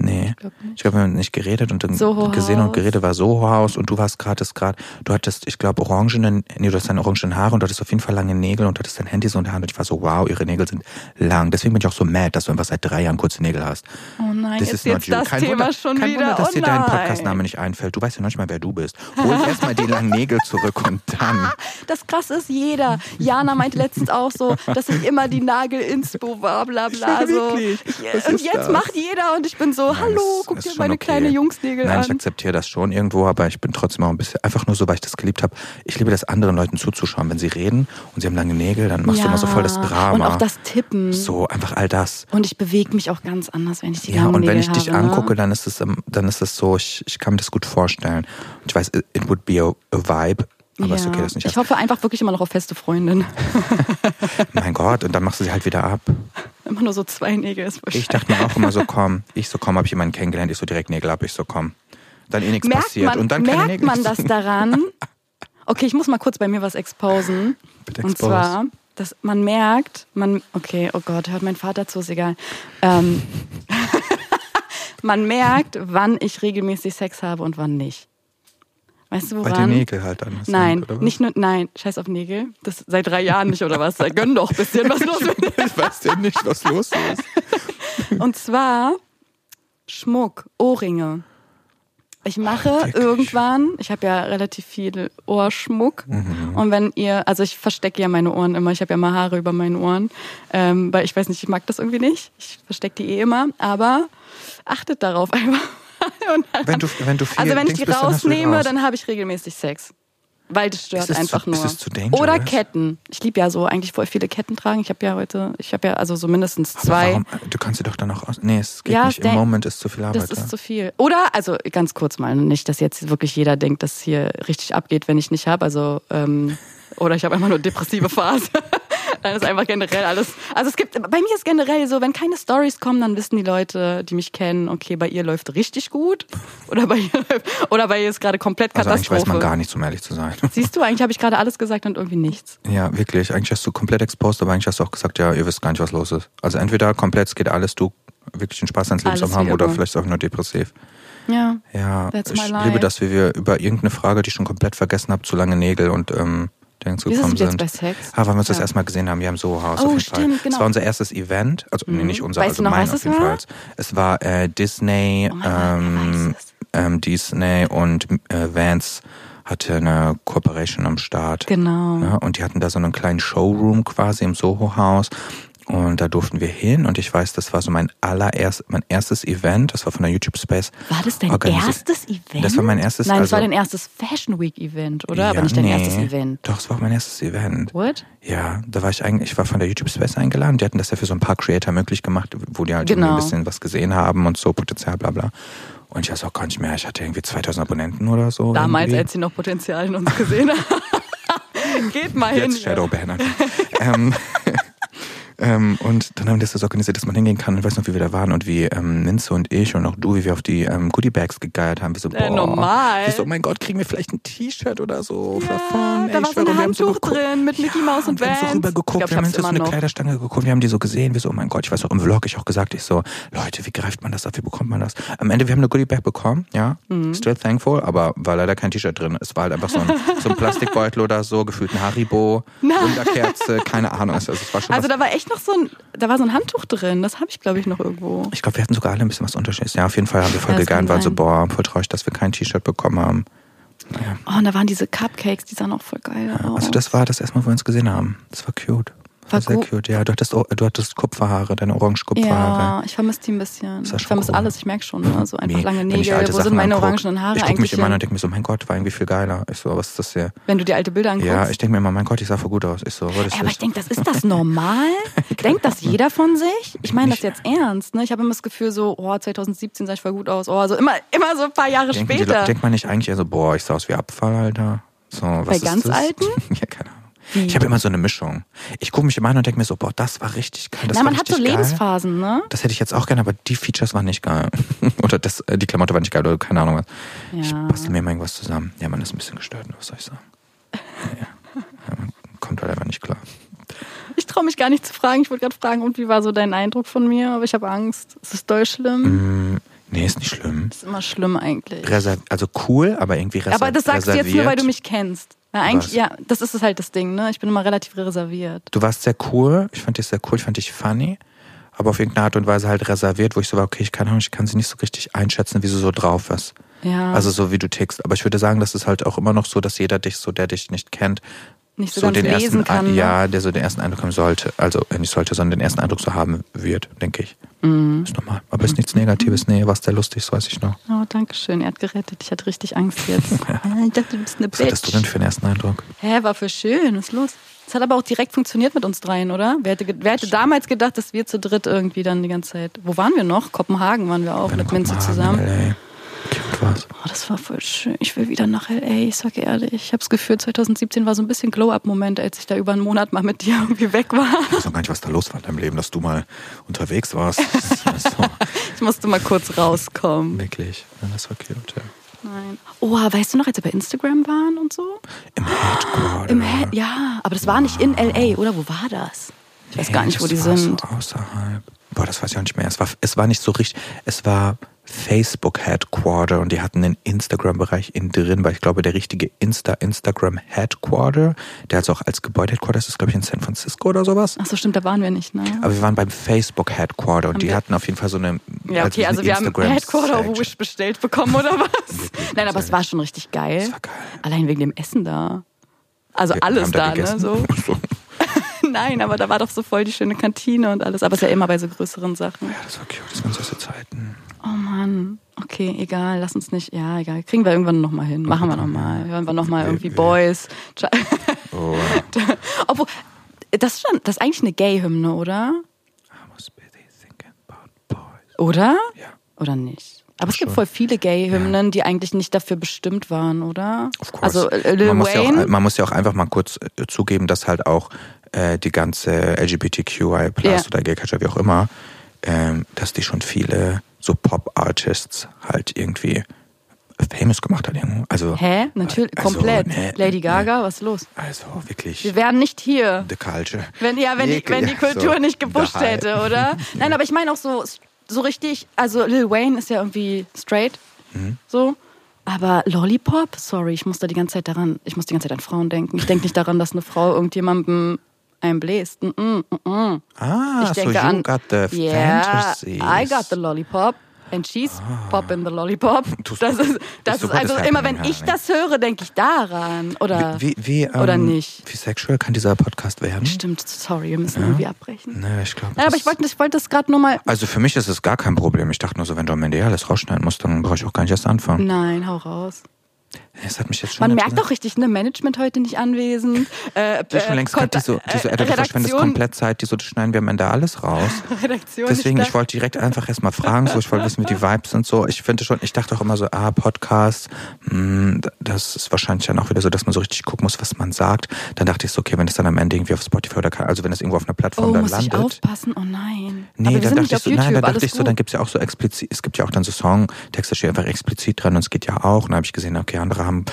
B: Nee.
A: glaub nicht.
B: Ich glaube, wir haben nicht geredet und dann
A: Soho-Haus.
B: gesehen und geredet war Sohaus und du warst gerade gerade, du hattest, ich glaube, orangenen, nee, du hattest deine orangenen Haare und du hattest auf jeden Fall lange Nägel und du hattest dein Handy so in der Hand und ich war so, wow, ihre Nägel sind lang. Deswegen bin ich auch so mad, dass du einfach seit drei Jahren kurze Nägel hast.
A: Oh nein,
B: This
A: jetzt,
B: is not
A: jetzt
B: you.
A: das
B: kein
A: Thema
B: Wunder,
A: schon
B: kein
A: wieder.
B: Wunder, dass
A: oh
B: dir dein
A: nein.
B: Podcastname nicht einfällt. Du weißt ja noch nicht mal, wer du bist. Hol erstmal die langen Nägel zurück und dann.
A: Das krass ist jeder. Jana meinte letztens auch so, dass ich immer die Nagel inspo war, bla bla.
B: Ja,
A: So.
B: wirklich. Was
A: und
B: ist
A: jetzt
B: das?
A: macht jeder und ich bin so,
B: Nein,
A: Oh, hallo,
B: ist-
A: guck
B: ist
A: dir
B: schon
A: meine
B: okay.
A: kleine Jungsnägel
B: Nein, ich
A: an.
B: akzeptiere das schon irgendwo, aber ich bin trotzdem auch ein bisschen, einfach nur so, weil ich das geliebt habe. Ich liebe das, anderen Leuten zuzuschauen. Wenn sie reden und sie haben lange Nägel, dann machst du immer so voll das Drama.
A: Und auch das Tippen.
B: So, einfach all das.
A: Und ich bewege mich auch ganz anders, wenn ich die
B: Ja,
A: langen
B: und wenn
A: Nägel
B: ich dich
A: habe,
B: angucke,
A: ne?
B: dann ist es, ähm, dann ist es so, ich, ich kann mir das gut vorstellen. Und ich weiß, it would be a, a vibe, aber ist
A: Ja.
B: okay, das nicht.
A: ich hoffe einfach wirklich immer noch auf feste Freundin.
B: mein Gott, und dann machst du sie halt wieder ab.
A: Immer nur so zwei Nägel ist
B: Ich
A: wahrscheinlich.
B: dachte mir auch immer so, komm, ich so, komm, habe ich jemanden kennengelernt, ich so direkt Nägel ab, ich so, komm. Dann eh nichts
A: merkt
B: passiert.
A: man,
B: und dann keine
A: merkt
B: Nägel.
A: man das daran? Okay, ich muss mal kurz bei mir was exposen.
B: Bitte
A: Und
B: expose.
A: zwar, dass man merkt, man, okay, oh Gott, hört mein Vater zu, ist egal. Ähm, man merkt, wann ich regelmäßig Sex habe und wann nicht. Weißt du,
B: Weil die
A: woran?
B: Nägel halt anders sind,
A: Nein,
B: oder was?
A: nicht nur, nein, scheiß auf Nägel. Das seit drei Jahren nicht, oder was? Da gönn doch ein bisschen was los mit
B: Ich weiß ja nicht, was los ist.
A: Und zwar Schmuck, Ohrringe. Ich mache
B: wirklich?
A: irgendwann, ich habe ja relativ viel Ohrschmuck.
B: Mhm.
A: Und wenn ihr, also ich verstecke ja meine Ohren immer, ich habe ja mal Haare über meinen Ohren, ähm, weil ich weiß nicht, ich mag das irgendwie nicht. Ich verstecke die eh immer, aber achtet darauf einfach. Und dann-
B: Wenn du, wenn du viel
A: also wenn ich
B: Dings
A: die
B: bist, dann hast du die
A: rausnehme,
B: raus.
A: dann habe ich regelmäßig Sex. Weil das stört
B: Ist es zu-
A: einfach nur.
B: ist es zu dangerous?
A: Oder Ketten. Ich liebe ja so eigentlich voll viele Ketten tragen. Ich habe ja heute, ich habe ja also so mindestens zwei.
B: Warum? Du kannst sie doch dann auch aus. Nee, es geht
A: Ja,
B: nicht.
A: denk-
B: Im Moment ist zu viel Arbeit.
A: Das ist
B: ja.
A: zu viel. Oder, also ganz kurz mal, nicht, dass jetzt wirklich jeder denkt, dass hier richtig abgeht, wenn ich nicht habe. Also, ähm, oder ich habe einfach nur depressive Phase. dann ist einfach generell alles. Also es gibt, bei mir ist generell so, wenn keine Stories kommen, dann wissen die Leute, die mich kennen, okay, bei ihr läuft richtig gut. Oder bei ihr läuft, oder bei ihr ist gerade komplett
B: also eigentlich
A: Katastrophe.
B: weiß man gar nichts, um ehrlich zu sein.
A: Siehst du, eigentlich habe ich gerade alles gesagt und irgendwie nichts.
B: Ja, wirklich. Eigentlich hast du komplett exposed, aber eigentlich hast du auch gesagt, ja, ihr wisst gar nicht, was los ist. Also entweder komplett, es geht alles, du wirklich den Spaß ans Leben
A: Alles
B: am haben
A: wie
B: oder
A: immer.
B: vielleicht auch nur depressiv.
A: Ja.
B: Ja,
A: That's
B: ich
A: my life.
B: liebe das, wie wir über irgendeine Frage, die ich schon komplett vergessen habe, zu lange Nägel und ähm, Dings
A: Wie ist es
B: gekommen
A: mit jetzt
B: sind.
A: bei Sex?
B: Ah, weil wir uns das
A: Ja.
B: erstmal gesehen haben, wir haben so Haus
A: Oh,
B: auf jeden Fall.
A: stimmt, genau. Mhm.
B: Es war unser erstes Event, also nee, nicht unser,
A: Weißt
B: also
A: du noch,
B: mein
A: was
B: auf
A: es
B: jeden
A: war?
B: Fall. Es war äh, Disney,
A: Oh mein Gott, wer
B: ähm,
A: weiß es?
B: ähm, Disney und äh, Vans hatte eine Corporation am Start.
A: Genau.
B: Ja, und die hatten da so einen kleinen Showroom quasi im Soho-Haus. Und da durften wir hin und ich weiß, das war so mein allererst, mein erstes Event, das war von der YouTube Space.
A: War das dein
B: organisiert.
A: erstes Event?
B: Das war mein erstes
A: Nein, das war
B: also-
A: dein erstes Fashion Week Event, oder? Aber
B: Ja,
A: nicht dein
B: nee.
A: erstes Event.
B: Doch, es war mein erstes Event.
A: What?
B: Ja, da war ich eigentlich, ich war von der YouTube Space eingeladen. Die hatten das ja für so ein paar Creator möglich gemacht, wo die halt irgendwie
A: Genau.
B: ein bisschen was gesehen haben und so Potenzial, bla bla. Und ich weiß auch gar nicht mehr, ich hatte irgendwie 2000 Abonnenten oder so.
A: Damals,
B: irgendwie.
A: als sie noch Potenzial in uns gesehen haben. Geht mal hin.
B: Jetzt Shadowban. ähm, ähm, und dann haben die das so organisiert, dass man hingehen kann. Ich weiß noch, wie wir da waren und wie ähm, Minze und ich und auch du, wie wir auf die ähm, Goodiebags gegeiert haben. Wir so, boah,
A: Äh, normal.
B: Wir so, oh mein Gott, kriegen wir vielleicht ein T-Shirt oder so?
A: Ja,
B: davon?
A: da war so ein
B: schwöre, wir haben
A: Handtuch
B: geguckt.
A: drin mit Mickey Mouse und
B: wir haben
A: Vans.
B: so rüber
A: Ich
B: geguckt,
A: glaub, ich
B: wir haben
A: hab's
B: uns so
A: immer
B: eine
A: noch.
B: Kleiderstange geguckt, wir haben die so gesehen. Wir so, oh mein Gott, ich weiß noch, im Vlog ich auch gesagt, ich so, Leute, wie greift man das ab, wie bekommt man das? Am Ende, wir haben eine Goodiebag bekommen, ja,
A: Mhm.
B: still thankful, aber war leider kein T-Shirt drin. Es war halt einfach so ein, so ein Plastikbeutel oder so, gefühlt ein Haribo, Wunderkerze, keine Ahnung. Also es war schon
A: Also
B: was,
A: da war echt noch so ein, da war so ein Handtuch drin. Das habe ich glaube ich noch irgendwo.
B: ich glaube, wir hatten sogar alle ein bisschen was Unterschieds. Ja, auf jeden Fall haben wir voll
A: Ja, das
B: gegangen,
A: kann
B: waren so,
A: sein.
B: boah, voll traurig, dass wir kein T-Shirt bekommen haben.
A: Oh, und da waren diese Cupcakes, die sahen auch voll geil aus.
B: Also das war das erstmal, wo wir uns gesehen haben. Das war cute. Das war
A: Oh. War
B: sehr
A: gut.
B: cute. Ja, du hattest, du hattest Kupferhaare, deine orange Kupferhaare.
A: ja, ich vermisse die ein bisschen.
B: war schon
A: Ich vermisse
B: cool.
A: alles, ich merke schon. Ne? So einfach
B: Nee,
A: lange
B: wenn
A: Nägel.
B: ich alte
A: Wo
B: Sachen
A: sind meine
B: anguck,
A: orangenen Haare
B: Ich gucke mich
A: eigentlich?
B: immer an
A: hin?
B: und denke mir so, mein Gott, war irgendwie viel geiler. Ich so, was ist das hier?
A: Wenn du dir alte Bilder anguckst.
B: Ja, ich denke mir immer, mein Gott, ich sah voll gut aus. Ich so, was ist
A: Ja, aber
B: das?
A: ich denke, das ist das normal? denkt das jeder von sich? Ich meine das
B: Genau. Nicht.
A: jetzt ernst. Ne? Ich habe immer das Gefühl so, oh, 2017 sah ich voll gut aus. Oh, so immer, immer so ein paar Jahre
B: Denken die
A: später.
B: Leute- denkt man nicht eigentlich eher so, boah, ich sah aus wie Abfall, Alter. So, was
A: Bei
B: ist
A: ganz
B: das?
A: Alten?
B: ja, keine Ahnung. Ich habe immer so eine Mischung. Ich gucke mich immer an und denke mir so, boah, das war richtig geil. Das
A: Na,
B: war
A: man hat so
B: richtig geil.
A: Lebensphasen, ne?
B: Das hätte ich jetzt auch gerne, aber die Features waren nicht geil. oder das, äh, die Klamotte war nicht geil oder keine Ahnung was. Ich
A: Ja.
B: bastel mir immer irgendwas zusammen. Ja, man ist ein bisschen gestört, ne, was soll ich sagen? Ja, ja. ja man kommt halt einfach nicht klar.
A: Ich traue mich gar nicht zu fragen. Ich wollte gerade fragen, und wie war so dein Eindruck von mir? Aber ich habe Angst. Es ist doll schlimm.
B: Mhm. Nee, ist nicht schlimm.
A: Es ist immer schlimm eigentlich.
B: Reserv also cool, aber irgendwie reserviert.
A: Aber das sagst du jetzt nur, weil du mich kennst. Na, eigentlich,
B: Was?
A: ja, das ist es halt das Ding, ne? Ich bin immer relativ reserviert.
B: Du warst sehr cool, ich fand dich sehr cool, ich fand dich funny, aber auf irgendeine Art und Weise halt reserviert, wo ich so war, okay, ich kann, ich kann sie nicht so richtig einschätzen, wie sie so drauf ist.
A: Ja.
B: Also so wie du tickst. Aber ich würde sagen, das ist halt auch immer noch so, dass jeder dich, so der dich nicht kennt,
A: Nicht so ganz lesen
B: ersten
A: kann,
B: Ein-
A: ne?
B: ja, der so den ersten Eindruck haben sollte, also äh, nicht sollte, sondern den ersten Eindruck so haben wird, denke ich.
A: Mhm.
B: Ist normal. Aber ist nichts Negatives, nee, was der lustig, das weiß ich noch.
A: Oh, danke schön. Er hat gerettet. Ich hatte richtig Angst jetzt. Ah, Ich dachte, du bist eine
B: Was
A: Bitch.
B: hattest du denn für den ersten Eindruck?
A: Hä, war für schön. Was ist los? Es hat aber auch direkt funktioniert mit uns dreien, oder? Wer hätte, ge- wer hätte damals gedacht, dass wir zu dritt irgendwie dann die ganze Zeit. Wo waren wir noch? Kopenhagen waren wir auch
B: Wenn du
A: mit Minze
B: Kopenhagen,
A: zusammen.
B: LA. Cute war's.
A: Oh, das war voll schön. Ich will wieder nach L.A., ich sag ehrlich. Ich habe das Gefühl, 2017 war so ein bisschen Glow-Up-Moment, als ich da über einen Monat mal mit dir irgendwie weg war.
B: Ich weiß auch gar nicht, was da los war in deinem Leben, dass du mal unterwegs warst. Das war so,
A: Ich musste mal kurz rauskommen.
B: wirklich. Ja, Das war cute, ja.
A: Nein. Oh, weißt du noch, als wir bei Instagram waren und so?
B: Im Headquarter.
A: Im Hä- ja, aber das war nicht in L.A., oder? Wo war das? Ich weiß gar nicht, wo die sind.
B: So außerhalb. Boah, das weiß ich auch nicht mehr. Es war, es war nicht so richtig. Es war Facebook Headquarter und die hatten den Instagram-Bereich innen drin, weil ich glaube, der richtige Insta Instagram Headquarter, der hat es auch als Gebäude Headquarter, ist glaube ich in San Francisco oder sowas.
A: Ach so, stimmt, da waren wir nicht, ne?
B: Aber wir waren beim Facebook Headquarter und die
A: wir-
B: hatten auf jeden Fall so eine.
A: Ja, okay, also
B: eine
A: wir haben
B: Instagram
A: Headquarter
B: Section.
A: Wish bestellt bekommen, oder was? Nein, aber es war schon richtig geil.
B: Es war geil.
A: Allein wegen dem Essen da. Also
B: Wir
A: alles
B: haben
A: da, ne?
B: gegessen.
A: So.
B: So.
A: Nein, aber da war doch so voll die schöne
B: Also,
A: Kantine und alles. Aber es ist ja immer bei so größeren Sachen.
B: Ja, das war cute, das waren so Zeiten.
A: Oh Mann. Okay, egal, lass uns nicht. Ja, egal. Kriegen wir irgendwann nochmal hin. Machen wir nochmal. Hören wir nochmal irgendwie Boys. Ch-
B: Oh, ja.
A: Obwohl, das ist, schon, das ist eigentlich eine Gay-Hymne, oder?
B: I must be thinking about boys.
A: Oder?
B: Ja.
A: Oder nicht? Aber es gibt
B: schon.
A: voll viele Gay-Hymnen, die eigentlich nicht dafür bestimmt waren, oder?
B: Of course.
A: Also äh, Lil
B: man, muss ja
A: Wayne.
B: auch, man muss ja auch einfach mal kurz äh, zugeben, dass halt auch äh, die ganze LGBTQI
A: Ja.
B: oder Gay Culture, wie auch immer, ähm, dass die schon viele so Pop-Artists halt irgendwie famous gemacht hat. irgendwo. Also,
A: Hä? Natürlich,
B: also,
A: komplett.
B: nee,
A: Lady
B: nee.
A: Gaga, was ist los?
B: Also wirklich.
A: Wir wären nicht hier.
B: The Culture.
A: Wenn, ja, wenn, die,
B: Jeke-
A: wenn die
B: ja,
A: Kultur
B: so.
A: nicht gepusht
B: Daher.
A: hätte, oder? Nein, aber ich meine auch so, so richtig, also Lil Wayne ist ja irgendwie straight,
B: Mhm.
A: so. Aber Lollipop, sorry, ich muss da die ganze Zeit daran, ich muss die ganze Zeit an Frauen denken. Ich denke nicht daran, dass eine Frau irgendjemandem einem bläst. Mm -mm, mm -mm.
B: Ah,
A: Ich denke
B: so you
A: an,
B: got the
A: yeah,
B: fantasies.
A: I got the Lollipop. And she's popping the Lollipop.
B: Ah. Du-
A: Das ist, das
B: du
A: ist also
B: wolltest
A: immer, wenn
B: happening,
A: ich
B: honey.
A: das höre, denke ich daran. Oder,
B: Wie, wie, ähm,
A: oder nicht.
B: Wie sexual kann dieser Podcast werden?
A: Stimmt, sorry, wir müssen irgendwie abbrechen.
B: Ne, ich glaube.
A: Nein, aber ich wollte ich wollte das gerade nur mal.
B: Also für mich ist es gar kein Problem. Ich dachte nur so, wenn John Mendy alles rausschneiden muss, dann brauche ich auch gar nicht erst anfangen.
A: Nein, hau raus.
B: Das hat mich jetzt schon
A: Hm. Man merkt
B: interessiert.
A: doch richtig, ne? Management heute nicht anwesend. Äh,
B: Die schon
A: äh,
B: längst
A: Kon-
B: hat, die so, die so äh, du verschwendest
A: Redaktion,
B: komplett Zeit, die so, das schneiden wir am Ende alles raus.
A: Redaktion
B: Deswegen,
A: ist
B: ich wollte direkt einfach erstmal fragen, so, ich wollte wissen, wie die Vibes sind, so. Ich finde schon, ich dachte auch immer so, ah, Podcast, mh, das ist wahrscheinlich dann auch wieder so, dass man so richtig gucken muss, was man sagt. Dann dachte ich so, okay, wenn es dann am Ende irgendwie auf Spotify oder, kann- also wenn es irgendwo auf
A: da.
B: einer Plattform
A: Oh,
B: dann
A: muss ich
B: landet.
A: aufpassen? Oh nein.
B: Nee,
A: aber wir
B: dann
A: sind
B: dachte
A: nicht
B: ich
A: auf
B: so,
A: YouTube,
B: nein, dann
A: alles
B: dachte ich so,
A: gut.
B: dann gibt's ja auch so explizit, es gibt ja auch dann so Songtexte, steht einfach explizit dran und es geht ja auch. Und dann habe ich gesehen, okay, andere haben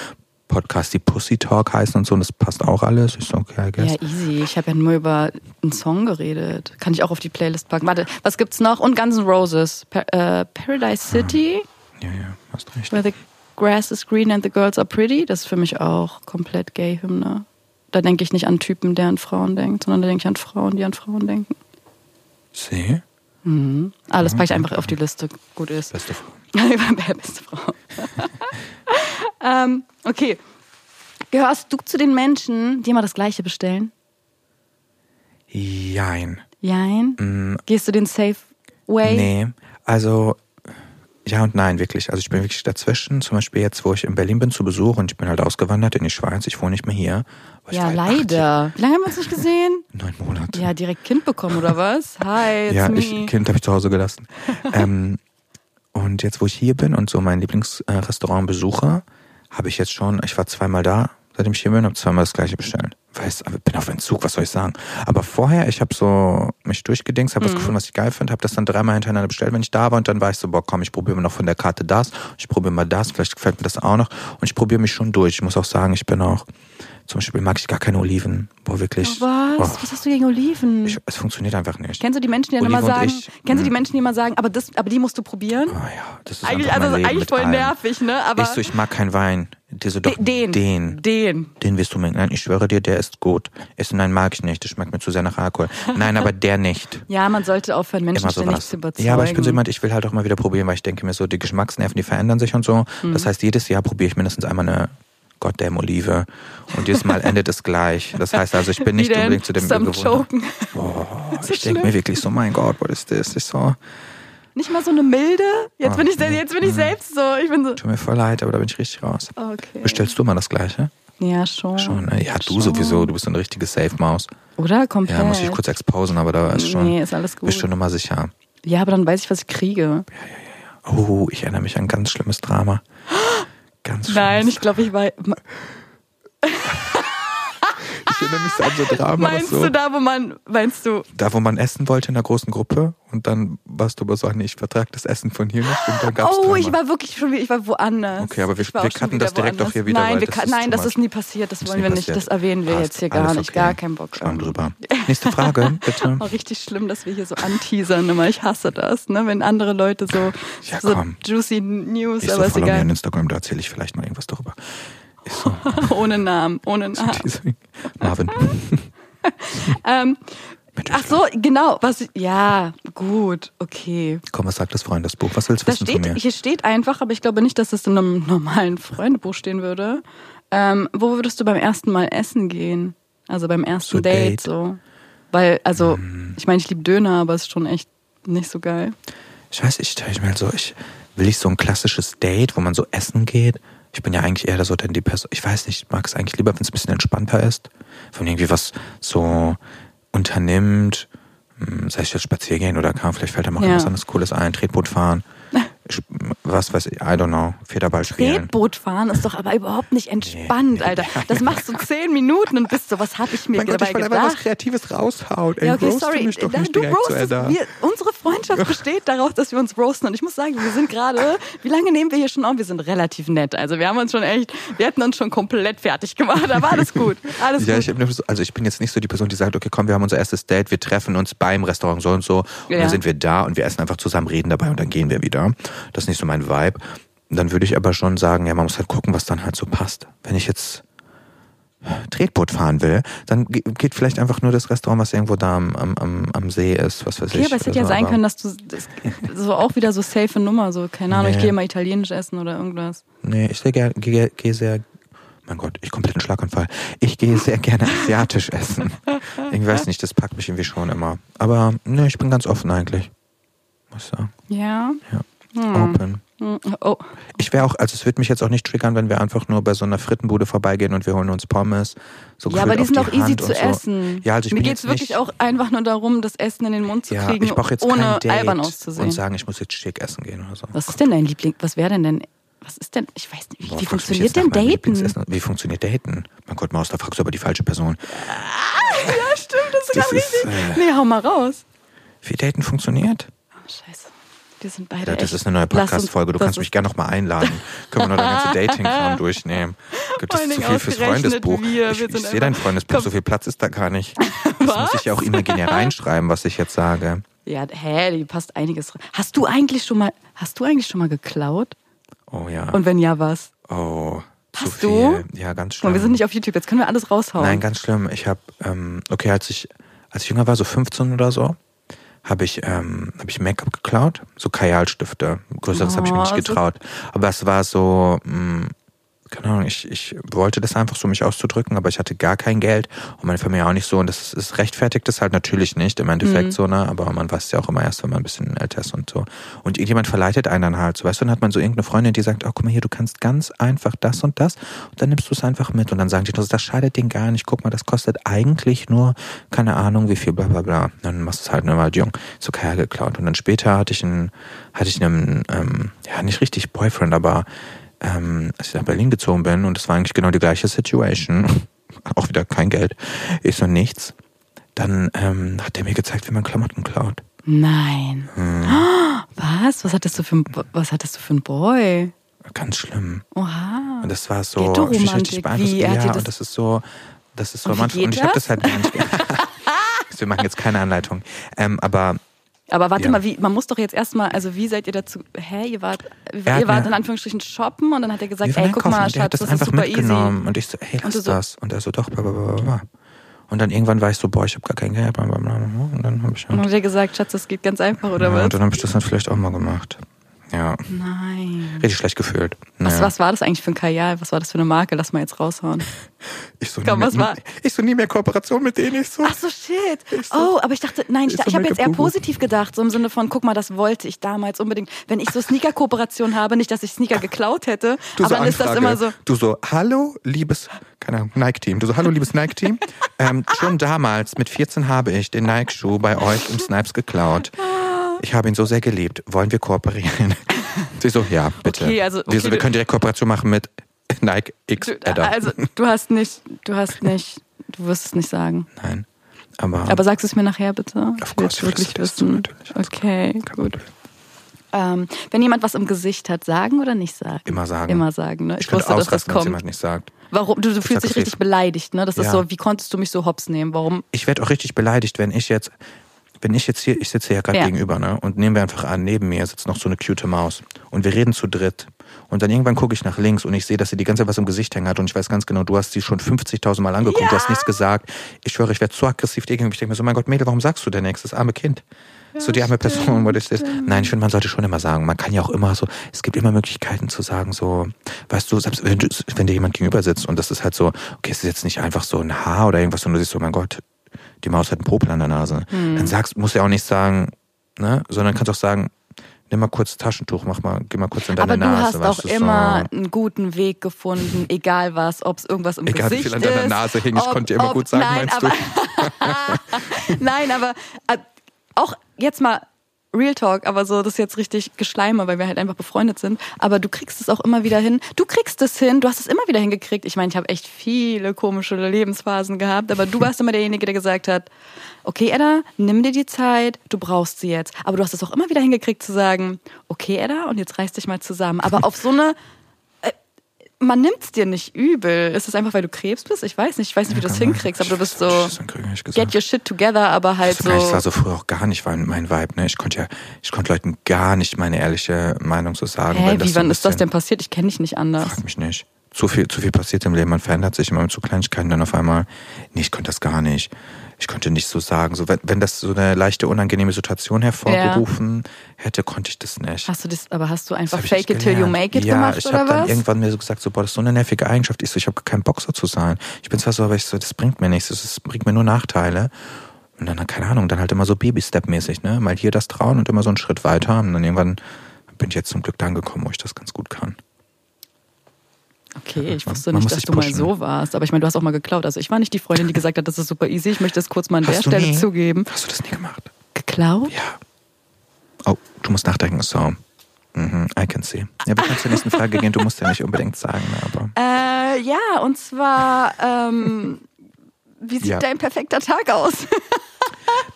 B: Podcasts, die Pussy Talk heißen und so und das passt auch alles. Ich so, okay, I guess.
A: ja, easy. Ich habe ja nur über einen Song geredet. Kann ich auch auf die Playlist packen. Warte, was gibt's noch? Und Guns N' Roses. Pa äh, Paradise City,
B: Ja, ja, hast recht.
A: where the grass is green and the girls are pretty. Das ist für mich auch komplett Gay-Hymne. Da denke ich nicht an Typen, der an Frauen denkt, sondern da denke ich an Frauen, die an Frauen denken.
B: See?
A: Alles packe ich einfach auf die Liste. Gut ist.
B: Beste Frau.
A: Beste Frau. ähm, okay. Gehörst du zu den Menschen, die immer das Gleiche bestellen?
B: Jein.
A: Jein? Gehst du den Safe Way?
B: Nee, also ja und nein, wirklich. Also ich bin wirklich dazwischen. Zum Beispiel jetzt, wo ich in Berlin bin zu Besuch und ich bin halt ausgewandert in die Schweiz. Ich wohne nicht mehr hier. Aber ich
A: Ja,
B: war halt
A: leider. Wie lange haben wir uns nicht gesehen?
B: 18, Neun Monate.
A: Ja, direkt Kind bekommen oder was? Hi, it's
B: ja,
A: me.
B: ich, Kind habe ich zu Hause gelassen. ähm, und jetzt, wo ich hier bin und so mein Lieblingsrestaurant besuche, habe ich jetzt schon, ich war zweimal da, seitdem ich hier bin, habe zweimal das gleiche bestellt. Weiß, aber bin auf Entzug, was soll ich sagen? Aber vorher, ich habe so mich durchgedingst, habe was
A: Mhm.
B: gefunden, was ich geil finde, habe das dann dreimal hintereinander bestellt, wenn ich da war und dann war ich so, boah, komm, ich probiere mal noch von der Karte das, ich probiere mal das, vielleicht gefällt mir das auch noch und ich probiere mich schon durch. Ich muss auch sagen, ich bin auch, zum Beispiel mag ich gar keine Oliven, boah, wirklich.
A: was?
B: Oh,
A: Was hast du gegen Oliven?
B: ich, es funktioniert einfach nicht.
A: kennst du die Menschen, die dann
B: Olive
A: immer
B: und
A: sagen,
B: ich, Mhm.
A: kennst du die Menschen, die immer sagen, aber, das, aber die musst du probieren?
B: Ah ja, das ist
A: Eigentlich,
B: einfach mein
A: also,
B: Leben
A: eigentlich
B: mit
A: voll
B: allem.
A: nervig, ne? Aber
B: ich so, ich mag keinen Wein. Die so, doch,
A: den,
B: den. Den,
A: den.
B: wirst du mir. Nein, ich schwöre dir, der ist gut. Ist, nein, mag ich nicht. Das schmeckt mir zu sehr nach Alkohol. Nein, aber der nicht.
A: Ja, man sollte aufhören, Menschen
B: Immer
A: ständig
B: sowas.
A: zu überzeugen.
B: Ja, aber ich bin so jemand, ich will halt auch mal wieder probieren, weil ich denke mir so, die Geschmacksnerven, die verändern sich und so. Das
A: Mhm.
B: heißt, jedes Jahr probiere ich mindestens einmal eine goddamn Olive. Und jedes Mal endet es gleich. Das heißt also, ich bin
A: Wie
B: nicht
A: denn?
B: unbedingt zu dem
A: Bist du am
B: gewohnt.
A: Choken.
B: Ich denke mir wirklich so, mein Gott, was ist das? Ich so,
A: Nicht mal so eine milde. Jetzt
B: Oh,
A: bin
B: mhm.
A: ich, jetzt bin ich selbst so. Ich bin so.
B: tut mir voll leid, aber da bin ich richtig raus.
A: Okay.
B: Bestellst du mal das Gleiche?
A: Ja, schon.
B: Schon, ne? Ja, du sowieso, du bist so eine richtige Safe-Maus.
A: Oder? Komplett.
B: Ja, muss ich kurz exposen, aber da ist schon.
A: Nee, ist alles gut.
B: Bist schon immer sicher.
A: Ja, aber dann weiß ich, was ich kriege.
B: Oh, ich erinnere mich an ein ganz schlimmes Drama. Ganz schlimmes
A: Nein, ich glaube, ich weiß.
B: Ich erinnere mich so an so Drama. das
A: Meinst
B: so,
A: du da, wo man. Meinst du.
B: da, wo man essen wollte in der großen Gruppe und dann warst du aber so, "Ah, nee, ich vertrage das Essen von hier nicht und dann gab's
A: Oh, ich
B: Drama.
A: war wirklich schon wieder, ich war woanders.
B: Okay, aber wir-
A: Ich war
B: wir
A: auch schon
B: cutten das
A: wieder
B: direkt
A: woanders.
B: auch hier wieder,
A: Nein,
B: weil
A: wir
B: das
A: cutten-
B: ist
A: nein
B: too
A: das
B: much.
A: ist nie passiert, das
B: Ist
A: wollen
B: nie
A: wir nicht,
B: passiert.
A: das erwähnen wir
B: Passt,
A: jetzt hier gar
B: alles
A: nicht,
B: okay.
A: gar keinen Bock.
B: Schwamm drüber. Nächste Frage, bitte.
A: Oh, richtig schlimm, dass wir hier so anteasern immer. Ich hasse das, ne? wenn andere Leute so,
B: Ja,
A: so
B: komm.
A: juicy News,
B: Ich so,
A: aber ist
B: follow mir
A: egal.
B: an Instagram, da erzähle ich vielleicht mal irgendwas darüber. Ich so,
A: Ohne Namen, ohne
B: so
A: Namen.
B: Teasing. Marvin.
A: Ähm,
B: Mensch,
A: ach so, genau. Was, ja, gut, okay.
B: Komm, was sagt das Freundesbuch? Was willst du
A: Da
B: wissen von
A: steht,
B: mir?
A: hier steht einfach, aber ich glaube nicht, dass das in einem normalen Freundebuch stehen würde. Ähm, wo würdest du beim ersten Mal essen gehen? Also beim ersten
B: So
A: Date,
B: Date. Hm.
A: so. Weil, also, ich meine, ich liebe Döner, aber es ist schon echt nicht so geil.
B: Ich weiß, ich stelle mir halt so, ich, Will ich so ein klassisches Date, wo man so essen geht? Ich bin ja eigentlich eher so denn die Person. Ich weiß nicht, ich mag es eigentlich lieber, wenn es ein bisschen entspannter ist. Wenn man irgendwie was so unternimmt, hm, sei es jetzt spazieren oder kann, vielleicht fällt einem auch
A: Ja.
B: irgendwas anderes Cooles ein, Tretboot fahren, Sp- was weiß ich, I don't know, Federball spielen.
A: Tretboot fahren ist doch aber überhaupt nicht entspannt, Alter. Das machst du zehn Minuten und bist so, was habe ich mir
B: Mein Gott,
A: dabei
B: ich will einfach was
A: gedacht?
B: Kreatives raushauen. Ey,
A: Ja, okay,
B: roaste
A: sorry.
B: Mich doch
A: Da-
B: nicht
A: du
B: direkt zu
A: roastest.
B: Ende.
A: Wir, unsere Freundschaft besteht darauf, dass wir uns roasten. Und ich muss sagen, wir sind gerade, wie lange nehmen wir hier schon auf? Wir sind relativ nett. Also wir haben uns schon echt, wir hätten uns schon komplett fertig gemacht. Aber alles gut. Alles
B: Ja,
A: gut.
B: ich, hab nur so- also ich bin jetzt nicht so die Person, die sagt, okay, komm, wir haben unser erstes Date, wir treffen uns beim Restaurant so und so und
A: Ja.
B: dann sind wir da und wir essen einfach zusammen, reden dabei und dann gehen wir wieder. Das ist nicht so mein Vibe. Dann würde ich aber schon sagen, ja, man muss halt gucken, was dann halt so passt. Wenn ich jetzt Tretboot fahren will, dann ge- geht vielleicht einfach nur das Restaurant, was irgendwo da am, am, am, am See ist, was weiß
A: Okay,
B: ich.
A: aber es hätte ja
B: Also,
A: sein
B: aber-
A: können, dass du das, so auch wieder so safe Nummer, so keine Ahnung, ich
B: Nee.
A: gehe mal italienisch essen oder irgendwas.
B: Nee, ich sehr ger- gehe gehe sehr. Mein Gott, ich kompletten Schlaganfall. Ich gehe sehr gerne asiatisch essen. Ich weiß nicht, das packt mich irgendwie schon immer. Aber ne, ich bin ganz offen eigentlich. Muss ich sagen.
A: Ja.
B: Ja. Open.
A: Hm, Oh,
B: Ich wäre auch, also es würde mich jetzt auch nicht triggern, wenn wir einfach nur bei so einer Frittenbude vorbeigehen und wir holen uns Pommes. So
A: ja, aber die
B: gefühlt
A: sind
B: auf
A: auch easy
B: Hand
A: zu
B: und so.
A: essen.
B: Ja, also ich
A: Mir
B: bin
A: geht's
B: jetzt
A: wirklich
B: nicht,
A: auch einfach nur darum, das Essen in den Mund zu
B: ja,
A: kriegen,
B: ich brauche jetzt
A: ohne
B: kein Date
A: albern
B: und
A: auszusehen.
B: sagen, ich muss jetzt schick essen gehen oder so.
A: was ist denn dein Liebling? Was wäre denn denn? Was ist denn? Ich weiß nicht, wie,
B: Boah,
A: wie
B: fragst du mich
A: funktioniert
B: jetzt
A: denn
B: nach meinem
A: Daten?
B: Lieblingsessen? Wie funktioniert Daten? Mein Gott, Maus, da fragst du aber die falsche Person.
A: Ja, stimmt, das ist
B: Das
A: gerade
B: ist,
A: richtig.
B: äh,
A: nee, hau mal raus.
B: Wie Daten funktioniert?
A: Oh, scheiße. Wir sind beide.
B: Ja, das
A: echt-
B: ist eine neue
A: Lass uns-
B: Podcast-Folge. Du
A: das
B: kannst
A: ist-
B: mich gerne nochmal einladen. Können wir noch dein ganze Dating-Kram durchnehmen? Gibt es
A: Vor allen
B: zu
A: Dingen
B: viel fürs
A: ausgerechnet
B: Freundesbuch?
A: wir.
B: ich
A: Wir
B: ich
A: sind
B: sehe dein
A: einfach-
B: Freundesbuch.
A: Komm.
B: So viel Platz ist da gar nicht. Das muss ich ja auch imaginär reinschreiben, was ich jetzt sage.
A: Ja, hä, die passt einiges. rein. Hast du eigentlich schon mal, hast du eigentlich schon mal geklaut?
B: Oh ja.
A: Und wenn ja, was?
B: oh, zu
A: Hast
B: viel.
A: du?
B: Ja, ganz schlimm.
A: Und wir sind nicht auf YouTube, jetzt können wir alles raushauen.
B: Nein, ganz schlimm. Ich habe, ähm, okay, als ich, als ich jünger war, so 15 oder so, habe ich, ähm, hab ich Make-up geklaut. So Kajalstifte. Größeres habe ich mir
A: Oh,
B: nicht
A: so-
B: getraut. Aber es war so, mm, mh, keine Ahnung, ich, ich wollte das einfach so, mich auszudrücken, aber ich hatte gar kein Geld und meine Familie auch nicht so. Und das ist, es rechtfertigt das halt natürlich nicht im Endeffekt so, ne? Aber man weiß ja auch immer erst, wenn man ein bisschen älter ist und so. Und irgendjemand verleitet einen dann halt so, weißt du, dann hat man so irgendeine Freundin, die sagt, oh, guck mal hier, du kannst ganz einfach das und das und dann nimmst du es einfach mit. Und dann sagen die, das das schadet denen gar nicht, guck mal, das kostet eigentlich nur, keine Ahnung, wie viel, bla bla bla. Dann machst du es halt nochmal jung, so Kerl geklaut. Und dann später hatte ich einen, hatte ich einen, ähm, ja, nicht richtig Boyfriend, aber ähm, als ich nach Berlin gezogen bin und es war eigentlich genau die gleiche Situation, auch wieder kein Geld, ich so nichts, dann ähm, hat er mir gezeigt, wie man Klamotten klaut.
A: Nein.
B: Hm.
A: Was? Was hattest du für ein, was hattest du für ein Boy?
B: Ganz schlimm.
A: Oha.
B: Und das war so
A: Ghetto-Romantik,
B: mich richtig beeinflusst.
A: wie? Er hat
B: ja,
A: dir das-
B: und das ist so, das ist so
A: Und wie
B: manchmal.
A: geht
B: Und ich habe
A: das?
B: das halt gar nicht. ge- Also, Wir machen jetzt keine Anleitung. Ähm, aber
A: Aber warte
B: Ja.
A: mal, wie, man muss doch jetzt erstmal, also wie seid ihr dazu, hä, ihr wart,
B: hat
A: ihr wart
B: mir-
A: in Anführungsstrichen shoppen und dann hat er gesagt,
B: wir waren
A: ey, guck
B: einkaufen
A: mal,
B: und der hat
A: Schatz, das
B: das,
A: ist
B: einfach
A: super
B: mitgenommen.
A: easy.
B: Und ich so, hey,
A: Und
B: lass
A: du so-
B: das. Und er so, doch, bla, bla, bla, bla, bla. Und dann irgendwann war ich so, boah, ich habe gar kein Geld, bla, bla, bla, bla. Und dann habe ich
A: Und
B: halt,
A: dann hat er gesagt, Schatz, das geht ganz einfach, oder
B: ja, und
A: was?
B: dann habe ich das dann vielleicht auch mal gemacht. Ja,
A: Nein.
B: richtig schlecht gefühlt. ne?
A: Was,
B: Ja.
A: was war das eigentlich für ein Kajal? Was war das für eine Marke? Lass mal jetzt raushauen.
B: Ich so,
A: Komm,
B: nie
A: was
B: mehr,
A: war-
B: ich so nie mehr Kooperation mit denen. Ich so,
A: Ach so, shit. Oh, aber ich dachte, nein, ich,
B: Ist so
A: ich habe jetzt eher
B: Make-up-Guru.
A: positiv gedacht, so im Sinne von, guck mal, das wollte ich damals unbedingt. Wenn ich so Sneaker-Kooperation habe, nicht, dass ich Sneaker geklaut hätte,
B: du
A: aber
B: so
A: dann ist das
B: Anfrage.
A: immer so.
B: Du so, hallo, liebes, keine Ahnung, Nike-Team. Du so, hallo, liebes Nike-Team. ähm, schon damals, mit 14, habe ich den Nike-Schuh bei euch im Snipes geklaut.
A: Ah.
B: Ich habe ihn so sehr geliebt. Wollen wir kooperieren? Sie so, ja, bitte.
A: Okay, also, okay,
B: wir, so, wir
A: du-
B: können direkt Kooperation machen mit Nike X
A: Du,
B: Adder.
A: also, du hast nicht, du hast nicht, du wirst es nicht sagen.
B: Nein, aber,
A: Aber sagst es mir nachher bitte?
B: Of
A: Ich will es
B: course, ich will es
A: wirklich
B: dir wissen,
A: wissen.
B: natürlich.
A: Okay, gut. Ähm, wenn jemand was im Gesicht hat, sagen oder nicht sagen?
B: Immer sagen.
A: Immer sagen, ne? Ich,
B: ich könnte
A: wusste, dass das
B: ausrasten, wenn es
A: kommt.
B: jemand nicht sagt.
A: Warum? Du, du fühlst dich
B: aggressiv.
A: richtig beleidigt, ne? Das ist
B: Ja.
A: so, wie konntest du mich so hops nehmen? Warum?
B: ich werde auch richtig beleidigt, wenn ich jetzt, wenn ich jetzt hier, ich sitze hier gerade
A: Ja.
B: gegenüber, ne? Und nehmen wir einfach an, neben mir sitzt noch so eine cute Maus. Und wir reden zu dritt. Und dann irgendwann gucke ich nach links und ich sehe, dass sie die ganze Zeit was im Gesicht hängen hat. Und ich weiß ganz genau, du hast sie schon 50.000 Mal angeguckt, du hast nichts gesagt. Ich schwöre, ich werde zu aggressiv gegenüber. Ich denke mir so, mein Gott, Mädel, warum sagst du denn nichts? Das arme Kind. so die arme Person, wo das ist. Nein, ich finde, man sollte schon immer sagen. Man kann ja auch immer so, es gibt immer Möglichkeiten zu sagen, so, weißt du, selbst wenn, du, wenn dir jemand gegenüber sitzt und das ist halt so, okay, es ist jetzt nicht einfach so ein Haar oder irgendwas, sondern du siehst so, mein Gott,
A: Hm.
B: die Maus hat einen Popel an der Nase. Dann sagst, musst du ja auch nicht sagen, ne, sondern kannst auch sagen, nimm mal kurz Taschentuch, mach mal, geh mal kurz in deine
A: Aber du
B: Nase.
A: hast auch
B: weißt du, so.
A: immer einen guten Weg gefunden, egal was, ob es irgendwas im
B: Egal, wie
A: Gesicht
B: viel an deiner
A: ist,
B: Nase hing, ich konnte dir immer gut sagen,
A: nein,
B: meinst du?
A: aber, nein, aber äh, auch jetzt mal Real Talk, aber so, das ist jetzt richtig Geschleime, weil wir halt einfach befreundet sind. Aber du kriegst es auch immer wieder hin. Du kriegst es hin, du hast es immer wieder hingekriegt. Ich meine, ich habe echt viele komische Lebensphasen gehabt, aber du warst immer derjenige, der gesagt hat, okay, Edda, nimm dir die Zeit, du brauchst sie jetzt. Aber du hast es auch immer wieder hingekriegt zu sagen, okay, Edda, und jetzt reiß dich mal zusammen. Aber auf so eine äh, man nimmt's dir nicht übel. Ist es einfach, weil du Krebs bist? Ich weiß nicht. Ich weiß nicht, wie du das
B: kann sein.
A: hinkriegst, aber du bist
B: Ich weiß
A: so
B: nicht, das krieg ich gesagt.
A: get your shit together, aber halt
B: Also, ich
A: so.
B: war so früher auch gar nicht mein, mein Vibe, ne? Ich konnte ja, ich konnte Leuten gar nicht meine ehrliche Meinung so sagen.
A: Hä,
B: weil
A: wie
B: so ein
A: wann ist das
B: bisschen-
A: denn passiert? Ich kenne dich nicht anders.
B: Frag mich nicht. Zu viel, zu viel passiert im Leben, man verändert sich immer mit so Kleinigkeiten, dann auf einmal, nee, ich konnte das gar nicht. Ich konnte nicht so sagen. So, wenn, wenn das so eine leichte, unangenehme Situation hervorgerufen hätte, konnte ich das nicht.
A: Hast du das, aber hast du
B: Das
A: einfach
B: hab ich
A: fake
B: nicht
A: it till you
B: gelernt.
A: make it
B: ja,
A: gemacht
B: ich
A: oder
B: habe dann
A: was?
B: irgendwann mir so gesagt, so, boah, das ist so eine nervige Eigenschaft. Ich so, ich habe keinen Bock so zu sein. Ich bin zwar so, aber ich so, das bringt mir nichts. Das ist- bringt mir nur Nachteile. Und dann, keine Ahnung, dann halt immer so Baby-Step-mäßig, ne? Mal hier das trauen und immer so einen Schritt weiter. Und dann irgendwann bin ich jetzt zum Glück da angekommen, wo ich das ganz gut kann.
A: Okay, ich
B: Man-
A: wusste
B: man
A: nicht,
B: muss
A: dass
B: sich
A: du mal
B: pushen.
A: so warst. Aber ich meine, du hast auch mal geklaut. Also ich war nicht die Freundin, die gesagt hat, das ist super easy. Ich möchte das kurz mal an der
B: Hast du
A: Stelle
B: nie-
A: zugeben.
B: Hast du das nie gemacht?
A: Geklaut?
B: Ja. Oh, du musst nachdenken, so. Mhm, I can see. Ja, wir können zur nächsten Frage gehen. Du musst ja nicht unbedingt sagen, ne, aber.
A: Äh, ja, und zwar, ähm, wie sieht
B: Ja.
A: dein perfekter Tag aus?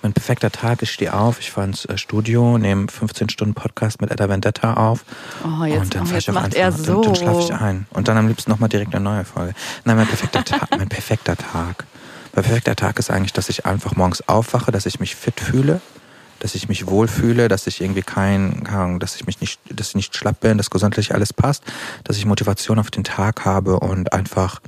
B: Mein perfekter Tag, ich stehe auf, ich fahre ins äh, Studio, nehme 15 Stunden Podcast mit Edda Vendetta auf.
A: Oh, jetzt-
B: und dann
A: oh,
B: fahr
A: jetzt
B: ich auch
A: macht
B: einfach,
A: er
B: und Dann,
A: so.
B: dann schlafe ich ein. Und dann am liebsten nochmal direkt eine neue Folge. Nein, mein perfekter Tag, mein perfekter Tag. Mein perfekter Tag ist eigentlich, dass ich einfach morgens aufwache, dass ich mich fit fühle, dass ich mich wohlfühle, dass ich irgendwie kein, keine Ahnung, dass ich mich nicht, dass ich nicht schlapp bin, dass gesundheitlich alles passt, dass ich Motivation auf den Tag habe und einfach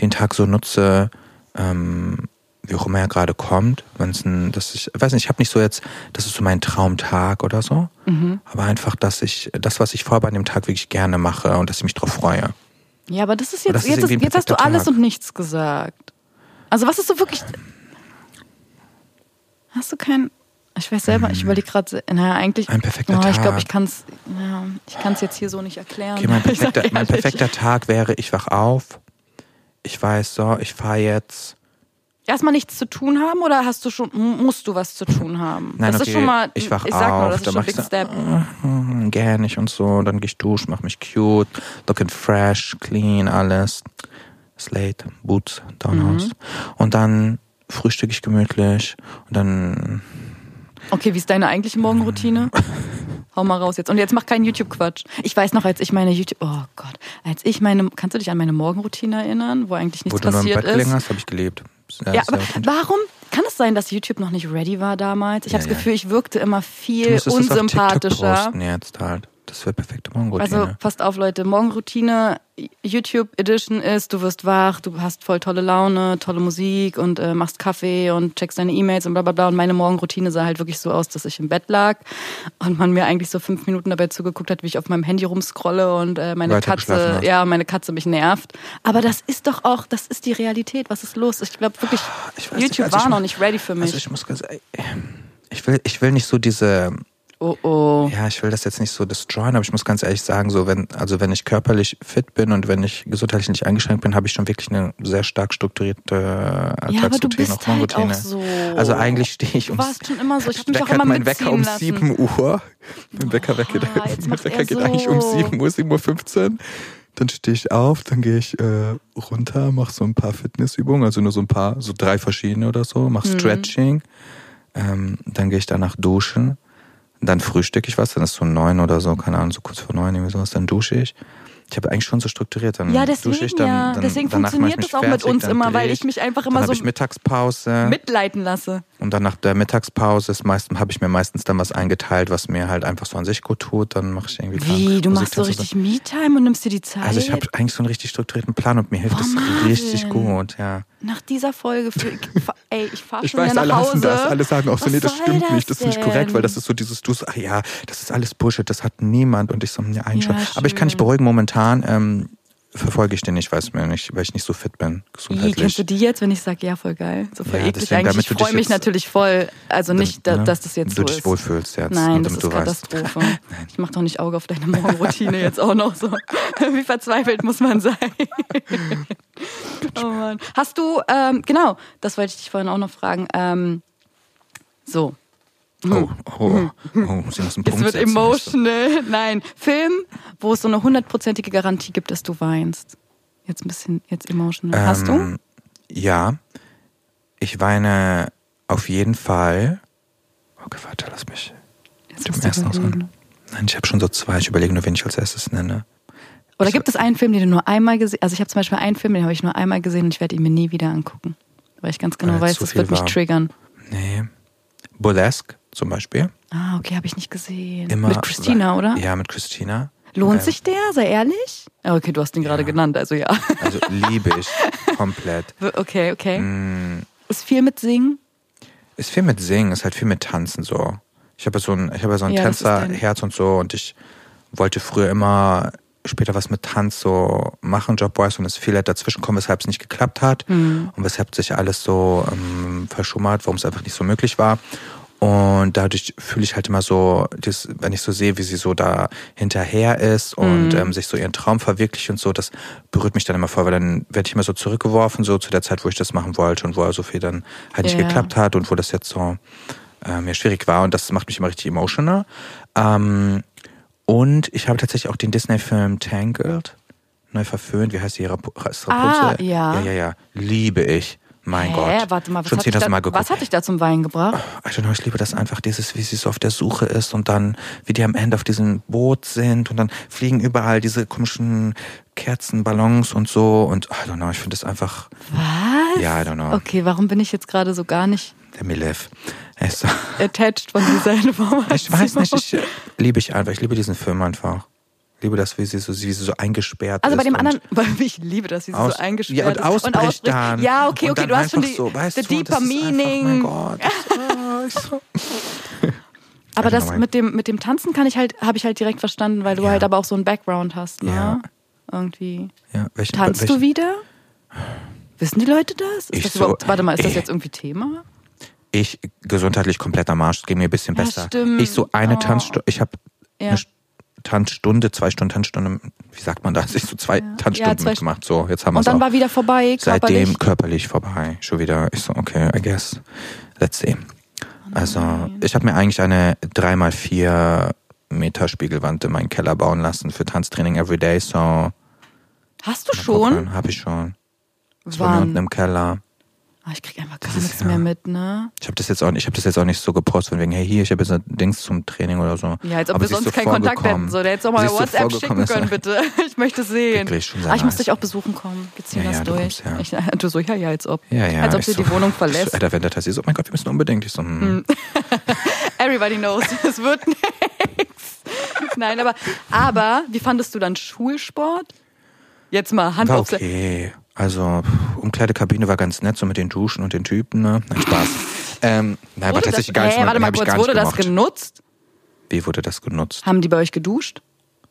B: den Tag so nutze, ähm, wie auch immer er gerade kommt. Wenn's ein, dass ich, weiß nicht, ich habe nicht so jetzt, das ist so mein Traumtag oder so,
A: Mhm.
B: aber einfach, dass ich das, was ich vorhabe an dem Tag wirklich gerne mache und dass ich mich drauf freue.
A: Ja, aber das ist jetzt,
B: Aber das ist
A: jetzt,
B: irgendwie ein
A: jetzt hast du
B: perfekter
A: alles
B: Tag.
A: und nichts gesagt. Also was ist so wirklich... Hast du kein... Ich weiß selber, ich überlege gerade, naja, eigentlich...
B: Mhm.
A: oh,
B: Ein perfekter
A: Ich glaube,
B: Tag.
A: ich kann es ja, ich kann's jetzt hier so nicht erklären.
B: Okay, mein
A: Ich sag
B: perfekter, mein
A: ehrlich.
B: perfekter Tag wäre, ich wach auf, ich weiß so, ich fahre jetzt
A: Erstmal nichts zu tun haben oder hast du schon, m- musst du was zu tun haben?
B: Nein,
A: das
B: okay,
A: ist schon mal,
B: ich wach
A: sag nur,
B: auf,
A: das ist
B: dann
A: schon
B: mach
A: Big
B: ich so-
A: Step.
B: Mhm, gähn ich und so. Dann gehe ich duschen, mach mich cute, looking fresh, clean, alles. Slate, Boots,
A: Mhm.
B: Downhouse. Und dann frühstücke ich gemütlich und dann
A: Okay, wie ist deine eigentliche Morgenroutine? Hau mal raus jetzt. Und jetzt mach keinen YouTube-Quatsch. Ich weiß noch, als ich meine YouTube, oh Gott, als ich meine, kannst du dich an meine Morgenroutine erinnern, wo eigentlich
B: wo
A: nichts
B: du nur im
A: passiert
B: Bett gelegen
A: ist?
B: hast, habe ich gelebt. Sehr,
A: Ja,
B: sehr
A: aber
B: gut.
A: warum kann es sein, dass YouTube noch nicht ready war damals? Ich
B: Ja,
A: habe das
B: ja.
A: Gefühl, ich wirkte immer
B: Du
A: viel
B: müsstest das auf TikTok
A: unsympathischer.
B: posten jetzt halt. Das wäre perfekte Morgenroutine.
A: Also passt auf, Leute. Morgenroutine, YouTube Edition ist, du wirst wach, du hast voll tolle Laune, tolle Musik und äh, machst Kaffee und checkst deine E-Mails und bla bla bla. Und meine Morgenroutine sah halt wirklich so aus, dass ich im Bett lag und man mir eigentlich so fünf Minuten dabei zugeguckt hat, wie ich auf meinem Handy rumscrolle und äh, meine
B: Weitergeschlafen
A: Katze,
B: hast.
A: ja, meine Katze mich nervt. Aber das ist doch auch, das ist die Realität. Was ist los? Ich glaube wirklich,
B: Ich weiß nicht,
A: YouTube
B: also ich
A: war noch
B: mach-
A: nicht ready für mich.
B: also ich muss ganz ich will, ich will nicht so diese
A: oh oh.
B: Ja, ich will das jetzt nicht so destroyen, aber ich muss ganz ehrlich sagen, so wenn, also wenn ich körperlich fit bin und wenn ich gesundheitlich nicht eingeschränkt bin, habe ich schon wirklich eine sehr stark strukturierte Alltagsroutine,
A: Ja, aber du bist
B: auch
A: halt
B: Morgenroutine.
A: auch so.
B: Also eigentlich stehe ich
A: Du
B: um
A: warst schon immer so. Ich hab mich auch
B: Wecker-
A: immer
B: mein Wecker um
A: mitziehen
B: 7 Uhr. Mein Wecker, weckt-
A: Ah, jetzt
B: mein
A: macht
B: Wecker
A: er
B: geht
A: so.
B: eigentlich um 7 Uhr, 7 Uhr 15. Dann stehe ich auf, dann gehe ich äh, runter, mache so ein paar Fitnessübungen, also nur so ein paar, so drei verschiedene oder so, mache
A: Mhm.
B: Stretching. Ähm, dann gehe ich danach duschen. Dann frühstücke ich was, dann ist so neun oder so, keine Ahnung, so kurz vor neun, irgendwie sowas. Dann dusche ich. Ich habe eigentlich schon so strukturiert. Dann
A: Ja, deswegen
B: dusche ich, dann,
A: ja.
B: dann,
A: Deswegen
B: danach mache ich
A: funktioniert
B: mich
A: das auch mit
B: fertig,
A: uns
B: dann
A: immer,
B: drehe
A: weil ich mich einfach immer
B: dann
A: so
B: habe ich Mittagspause.
A: mitleiten lasse.
B: Und dann nach der Mittagspause ist meistens habe ich mir meistens dann was eingeteilt, was mir halt einfach so an sich gut tut. Dann mache Also ich irgendwie keine
A: Wie, du
B: Musik
A: machst so
B: dazu.
A: richtig Me-Time und nimmst dir die Zeit?
B: Also ich habe eigentlich so einen richtig strukturierten Plan und mir hilft
A: Boah,
B: das
A: Oh, Marvin.
B: richtig gut, ja.
A: Nach dieser Folge, für, ich fahr- ey, ich fahre
B: Ich
A: schon
B: weiß,
A: wieder
B: alle
A: nach Hause.
B: hassen das. Alle sagen auch so,
A: Was
B: nee, das
A: soll
B: stimmt nicht, das ist nicht korrekt,
A: denn?
B: weil das ist so dieses, du, so, ah ja, das ist alles Bullshit, das hat niemand und ich so, ja, eigentlich
A: Ja,
B: schon. Aber ich kann dich
A: schön.
B: beruhigen, momentan ähm, verfolge ich den nicht, weiß mir nicht, weil ich nicht so fit bin,
A: Wie, kennst
B: gesundheitlich.
A: du die jetzt, wenn ich sage, ja, voll geil? So voll
B: Ja,
A: eklig
B: deswegen, damit
A: eigentlich.
B: du
A: Ich
B: dich
A: freue mich
B: jetzt-
A: natürlich voll. Also nicht, da,
B: ne,
A: dass das jetzt
B: Du
A: so
B: dich
A: ist.
B: wohlfühlst jetzt.
A: Nein,
B: und
A: das
B: damit
A: ist
B: du weißt.
A: Katastrophe. Ich mache doch nicht Auge auf deine Morgenroutine jetzt auch noch so. Wie verzweifelt muss man sein? oh Mann. Hast du, ähm, genau, das wollte ich dich vorhin auch noch fragen. Ähm, so,
B: Oh, oh, oh, oh, muss ich noch einen
A: Hm. jetzt
B: Punkt
A: wird
B: setzen.
A: emotional. Nein, Film, wo es so eine hundertprozentige Garantie gibt, dass du weinst. Jetzt ein bisschen, jetzt emotional. Hast du?
B: Ähm, Ja. Ich weine auf jeden Fall. Okay, warte, lass mich
A: Jetzt
B: dem
A: musst du
B: ersten
A: überlegen.
B: ausreden. Nein, ich habe schon so zwei. Ich überlege nur, wen ich als erstes nenne.
A: Oder gibt es einen Film, den du nur einmal gesehen Also ich habe zum Beispiel einen Film, den habe ich nur einmal gesehen und ich werde ihn mir nie wieder angucken. Weil ich ganz genau
B: Weil
A: weiß,
B: zu
A: das
B: viel
A: wird mich
B: war.
A: triggern.
B: Nee. Burlesque zum Beispiel.
A: Ah, okay, habe ich nicht gesehen.
B: Immer,
A: Mit Christina, oder?
B: Ja, mit Christina.
A: Lohnt
B: Ähm,
A: sich der, sei ehrlich? Ah, Okay, du hast den gerade genannt, also ja.
B: Also liebe ich komplett. Mm.
A: W- Okay, okay.
B: Mhm.
A: Ist viel mit Singen?
B: Ist viel mit Singen, ist halt viel mit Tanzen so. Ich habe so ein, ich habe so ein
A: Ja, das ist dein-
B: Tänzerherz und so und ich wollte früher immer später was mit Tanz so machen, Job-wise, und es ist viel halt dazwischen kommen, weshalb es nicht geklappt hat
A: Hm.
B: und weshalb sich alles so ähm, verschummert, warum es einfach nicht so möglich war. Und dadurch fühle ich halt immer so, das, wenn ich so sehe, wie sie so da hinterher ist und
A: Hm.
B: ähm, sich so ihren Traum verwirklicht und so, das berührt mich dann immer voll, weil dann werde ich immer so zurückgeworfen, so zu der Zeit, wo ich das machen wollte und wo so viel dann halt nicht
A: Ja.
B: geklappt hat und wo das jetzt so äh, mir schwierig war und das macht mich immer richtig emotional. Ähm, und ich habe tatsächlich auch den Disney-Film Tangled neu verföhnt. Wie heißt die Rapu ist Rapunzel?
A: Ah, ja.
B: Ja, ja, ja. Liebe ich. Mein
A: Hä,
B: Gott.
A: warte mal, was
B: Schon
A: hat, dich da,
B: Mal geguckt.
A: was hat dich da zum Weinen gebracht?
B: I don't know, ich liebe das einfach, dieses, wie sie so auf der Suche ist und dann, wie die am Ende auf diesem Boot sind und dann fliegen überall diese komischen Kerzenballons und so und I don't know, ich finde das einfach,
A: Was?
B: ja, I don't know,
A: Okay, warum bin ich jetzt gerade so gar nicht
B: der Milef. Er ist so-
A: attached von dieser Information?
B: Ich weiß nicht, ich äh, liebe ich einfach, ich liebe diesen Film einfach. Ich liebe das, wie sie so, wie sie so eingesperrt
A: Also
B: ist.
A: bei dem
B: und-
A: anderen, weil ich liebe das, wie sie so
B: Aus-
A: eingesperrt
B: ja, und
A: ist
B: ausbricht
A: ausbricht.
B: dann.
A: Ja, okay,
B: Und
A: okay,
B: dann
A: du hast schon
B: einfach
A: die,
B: so, weißt
A: the
B: du, und
A: deeper
B: das ist
A: meaning.
B: Einfach, mein Gott, das, ist- ah, ich so.
A: aber das
B: Genau.
A: mit dem, mit dem Tanzen kann ich halt, habe ich halt direkt verstanden, weil du
B: Ja.
A: halt aber auch so einen Background hast, ne?
B: Ja.
A: Irgendwie.
B: Ja, welchen,
A: Tanzt
B: welchen,
A: du wieder? Wissen die Leute das? Ist
B: Ich
A: das
B: so,
A: überhaupt, warte mal, ist das
B: äh,
A: jetzt irgendwie Thema?
B: Ich gesundheitlich komplett am Arsch, es ging mir ein bisschen
A: Ja,
B: besser.
A: stimmt.
B: Ich so eine
A: Oh.
B: Tanzstunde, ich habe
A: Ja.
B: eine St- Tanzstunde, zwei Stunden Tanzstunde, wie sagt man das? Ich so zwei Tanzstunden
A: Ja, zwei
B: mitgemacht, so, jetzt haben wir
A: Und dann
B: auch.
A: war wieder vorbei, körperlich.
B: Seitdem körperlich vorbei. Schon wieder. Ich so, okay, I guess. Let's see. Also, ich habe mir eigentlich eine 3x4 Meter Spiegelwand in meinen Keller bauen lassen für Tanztraining everyday. So,
A: Hast du schon?
B: Habe ich schon. Das war mir unten
A: Wann?
B: im Keller.
A: Ah, ich krieg einfach gar
B: ist
A: nichts
B: ja-
A: mehr mit, ne?
B: Ich habe das jetzt auch, ich habe das jetzt auch nicht so gepostet von wegen, hey, hier, ich habe jetzt ein Dings zum Training oder so.
A: Ja, als ob
B: Aber
A: wir
B: sie ist
A: sonst
B: so
A: keinen Kontakt
B: vorgekommen.
A: hätten. So, der hätte auch mal
B: Sie
A: eine
B: ist so
A: WhatsApp schicken
B: vorgekommen,
A: können,
B: dass-
A: bitte. Ich möchte es sehen.
B: Wirklich, schon sehr
A: ah, ich muss
B: nice.
A: dich auch besuchen kommen. Wir ziehen
B: Ja,
A: das
B: ja, du
A: durch.
B: kommst, ja.
A: ich, du so, ja, ja, als ob.
B: Ja, ja.
A: als ob
B: ich
A: sie
B: so,
A: die Wohnung
B: Ich
A: verlässt.
B: so, Alter, wenn das heißt, sie so, oh mein Gott, wir müssen unbedingt. Ich so, hm.
A: Everybody knows, es wird nichts. Nein, aber, aber wie fandest du dann Schulsport? Jetzt mal Hand
B: War
A: aufs...
B: okay. Also, pff, Umkleidekabine war ganz nett, so mit den Duschen und den Typen, ne? Nein, Spaß. ähm, nein, war
A: Wurde das,
B: tatsächlich gar nicht.
A: Hä, warte mal
B: hab ich
A: kurz,
B: gar
A: wurde
B: nicht
A: das
B: gemocht.
A: genutzt?
B: Wie wurde das genutzt?
A: Haben die bei euch geduscht?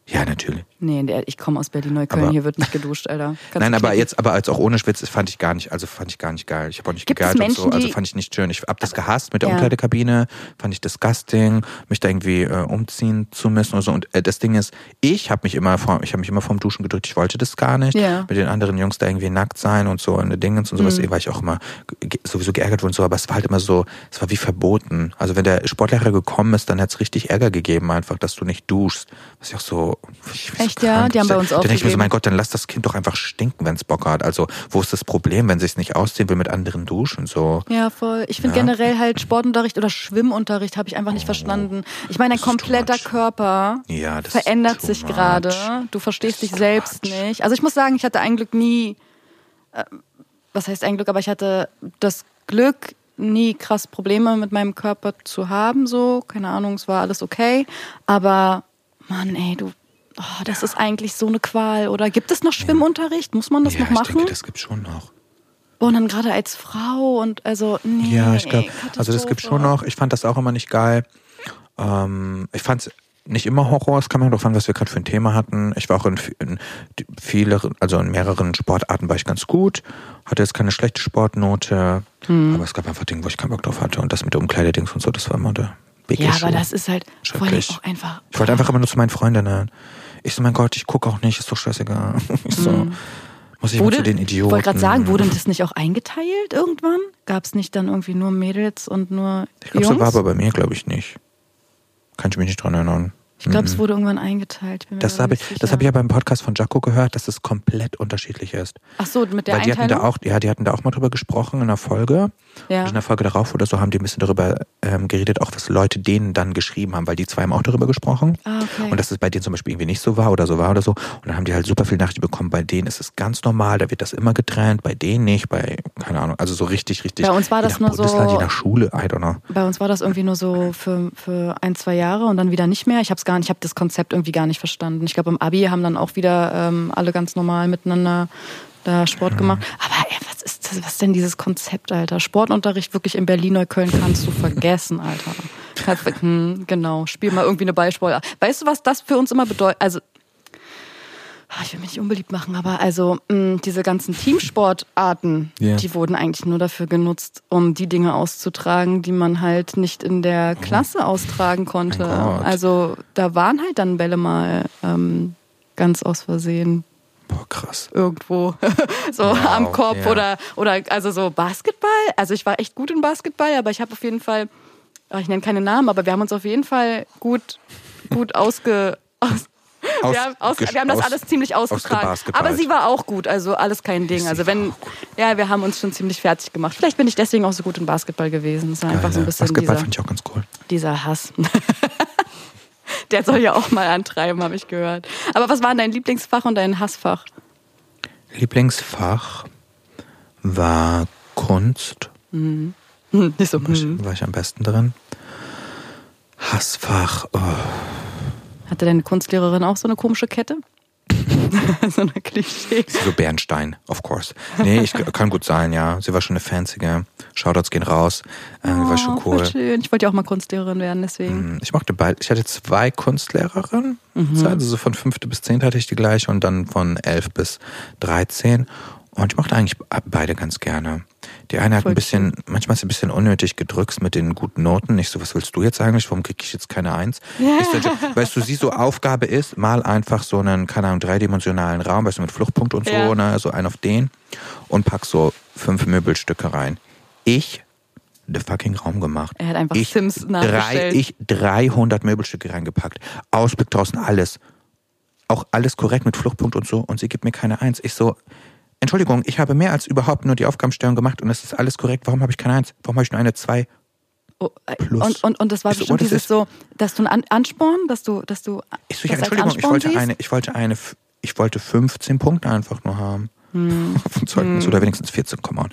B: Ja, natürlich.
A: Nee, der, ich komme aus Berlin-Neukölln,
B: Aber-
A: hier wird nicht geduscht, Alter. Kannst
B: Nein,
A: du
B: aber
A: knicken?
B: jetzt, aber als auch ohne Schwitz, das fand ich gar nicht, also fand ich gar nicht geil. Ich habe auch nicht
A: Gibt es
B: gegeilt und so,
A: Menschen,
B: also
A: die- Ah,
B: fand ich nicht schön. Ich hab das gehasst mit der
A: Ja.
B: Umkleidekabine, fand ich disgusting, mich da irgendwie äh, umziehen zu müssen und so. Und äh, das Ding ist, ich habe mich immer vor, ich habe mich immer vom Duschen gedrückt. Ich wollte das gar nicht.
A: Ja. Mhm.
B: Mit den anderen Jungs da irgendwie nackt sein und so und Dingens und sowas. Eh war ich auch immer ge- ge- sowieso geärgert worden und so, aber es war halt immer so, es war wie verboten. Also wenn der Sportlehrer gekommen ist, dann hat's richtig Ärger gegeben einfach, dass du nicht duschst. Was ich auch so. Ich bin so
A: Echt, ja?
B: krank.
A: Die haben bei uns
B: Dann denk ich mir so,
A: aufgegeben.
B: mein Gott, dann lass das Kind doch einfach stinken, wenn es Bock hat. Also, wo ist das Problem, wenn sich's nicht ausziehen will mit anderen duschen? So,
A: Ja, voll. Ich finde
B: Ja. Oh,
A: generell halt Sportunterricht oder Schwimmunterricht habe ich einfach nicht verstanden. Ich meine, dein
B: ist too
A: kompletter
B: much.
A: Körper
B: Ja, das ist
A: verändert
B: too
A: sich
B: much.
A: gerade. Du verstehst dich
B: too
A: selbst
B: much.
A: nicht. Also ich muss sagen, ich hatte ein Glück nie, äh, was heißt ein Glück, aber ich hatte das Glück, nie krass Probleme mit meinem Körper zu haben. So, keine Ahnung, es war alles okay. Aber Mann, ey, du. Oh, das ist eigentlich so eine Qual, oder? Gibt es noch Schwimmunterricht? Muss man das
B: ja,
A: noch
B: ich
A: machen?
B: denke, das gibt's schon noch.
A: Boah, Oh, und dann gerade als Frau und also, nee.
B: Ja, ich glaube, also das
A: Katastrophe.
B: gibt's schon noch. Ich fand das auch immer nicht geil. Ähm, ich fand's nicht immer Horror, es kam ja darauf an, was wir gerade für ein Thema hatten. Ich war auch in, in vielen, also in mehreren Sportarten war ich ganz gut, hatte jetzt keine schlechte Sportnote,
A: Hm.
B: aber es gab einfach Dinge, wo ich keinen Bock drauf hatte und das mit der Umkleidedings und so, das war immer der Big
A: Ja,
B: Issue.
A: aber das ist halt vor allem
B: Schrecklich.
A: auch einfach.
B: Ich wollte einfach immer nur zu meinen Freundinnen. Ich so, mein Gott, ich gucke auch nicht, ist doch scheißegal. Ich so, muss ich mal zu den
A: Mhm. ich
B: Idioten.
A: wollte gerade sagen, wurde das nicht auch eingeteilt irgendwann? Gab es nicht dann irgendwie nur Mädels und nur
B: Ich glaube,
A: Jungs?
B: so war aber bei mir, glaube ich, nicht. Kann ich mich nicht dran erinnern.
A: ich
B: Hm.
A: glaube, es wurde irgendwann eingeteilt. Ich bin mir
B: Mhm. Das
A: aber
B: habe ich,
A: nicht
B: das
A: sicher.
B: habe ich ja beim Podcast von Jaco gehört, dass es komplett unterschiedlich ist.
A: Ach so, mit der
B: Weil die hatten da
A: Einteilung.
B: auch, ja, die hatten da auch mal drüber gesprochen in einer Folge.
A: Ja.
B: Und in der Folge darauf oder so haben die ein bisschen darüber ähm, geredet, auch was Leute denen dann geschrieben haben, weil die zwei haben auch darüber gesprochen.
A: Ah, okay.
B: Und dass es bei denen zum Beispiel irgendwie nicht so war oder so war oder so. Und dann haben die halt super viel Nachrichten bekommen. Bei denen ist es ganz normal, da wird das immer getrennt, bei denen nicht, bei, keine Ahnung, also so richtig, richtig.
A: Bei uns war
B: je
A: das
B: nach
A: nur so-
B: Bundesland, Je nach Schule, I don't know.
A: Bei uns war das irgendwie nur so für, für ein, zwei Jahre und dann wieder nicht mehr. Ich habe gar nicht, ich habe das Konzept irgendwie gar nicht verstanden. Ich glaube, im Abi haben dann auch wieder ähm, alle ganz normal miteinander da Sport gemacht. Aber ey, was ist das, was ist denn dieses Konzept, Alter? Sportunterricht wirklich in Berlin Neukölln kannst du vergessen, Alter. Kannst, du- hm, genau, spiel mal irgendwie eine Ballsportart. Weißt du, was das für uns immer bedeutet? Also Ah, Ich will mich nicht unbeliebt machen, aber also mh, diese ganzen Teamsportarten,
B: Ja.
A: die wurden eigentlich nur dafür genutzt, um die Dinge auszutragen, die man halt nicht in der Klasse austragen konnte.
B: Oh. Mein Gott.
A: Also da waren halt dann Bälle mal ähm, ganz aus Versehen
B: Boah, krass.
A: irgendwo so
B: Wow,
A: am Kopf
B: ja.
A: oder oder also so Basketball. Also ich war echt gut in Basketball, aber ich habe auf jeden Fall, ah, ich nenne keine Namen, aber wir haben uns auf jeden Fall gut gut ausge aus,
B: Aus-
A: wir, haben aus, wir haben das
B: aus-
A: alles ziemlich ausgetragen.
B: ausgebasketballt.
A: Aber sie war auch gut, also alles kein Ding.
B: Sie
A: Also
B: war
A: wenn ja, wir haben uns schon ziemlich fertig gemacht. Vielleicht bin ich deswegen auch so gut in Basketball gewesen. Es war einfach so ein
B: Geile.
A: bisschen
B: Basketball
A: dieser,
B: fand ich auch ganz cool.
A: dieser Hass. Der soll ja auch mal antreiben, habe ich gehört. Aber was war denn dein Lieblingsfach und dein Hassfach?
B: Lieblingsfach war Kunst.
A: Hm, nicht so hm.
B: War ich am besten drin. Hassfach. Oh.
A: Hatte deine Kunstlehrerin auch so eine komische Kette? so eine Klischee.
B: So Bernstein, of course. Nee, ich, kann gut sein, ja. Sie war schon eine fanzige. Shoutouts gehen raus. Ähm, war schon
A: Oh, voll
B: cool.
A: schön. Ich wollte ja auch mal Kunstlehrerin werden, deswegen.
B: Ähm, Ich mochte bald. Ich hatte zwei Kunstlehrerinnen.
A: Mhm.
B: Also so von fünfte bis zehnte hatte ich die gleiche und dann von elf bis dreizehn. Und ich mochte eigentlich beide ganz gerne. Die eine hat
A: Voll
B: ein bisschen, manchmal ist sie ein bisschen unnötig gedrückt mit den guten Noten. Nicht so, was willst du jetzt eigentlich? Warum krieg ich jetzt keine Eins? Ist der Job- weißt du, sie so Aufgabe ist, mal einfach so einen, keine Ahnung, dreidimensionalen Raum, weißt du, mit Fluchtpunkt und so,
A: Ja.
B: ne, so einen auf den und pack so fünf Möbelstücke rein. Ich den fucking Raum gemacht.
A: Er hat einfach
B: ich
A: Sims
B: drei,
A: nachgestellt.
B: Ich 300 Möbelstücke reingepackt. Ausblick draußen, alles. Auch alles korrekt mit Fluchtpunkt und so. Und sie gibt mir keine Eins. Ich so, Entschuldigung, ich habe mehr als überhaupt nur die Aufgabenstellung gemacht und es ist alles korrekt. Warum habe ich keine Eins? Warum habe ich nur eine Zwei?
A: Oh, äh,
B: Plus.
A: Und, und, und das war
B: Ich so,
A: bestimmt
B: what is
A: dieses
B: this?
A: so, dass du einen An Ansporn, dass du, dass du
B: Ich so, ja,
A: das als
B: Entschuldigung, ich
A: Ansporn
B: wollte,
A: siehst?
B: eine, ich wollte eine, f- ich wollte 15 Punkte einfach nur haben.
A: Hm.
B: Auf dem Zeugnis oder wenigstens 14, komm on.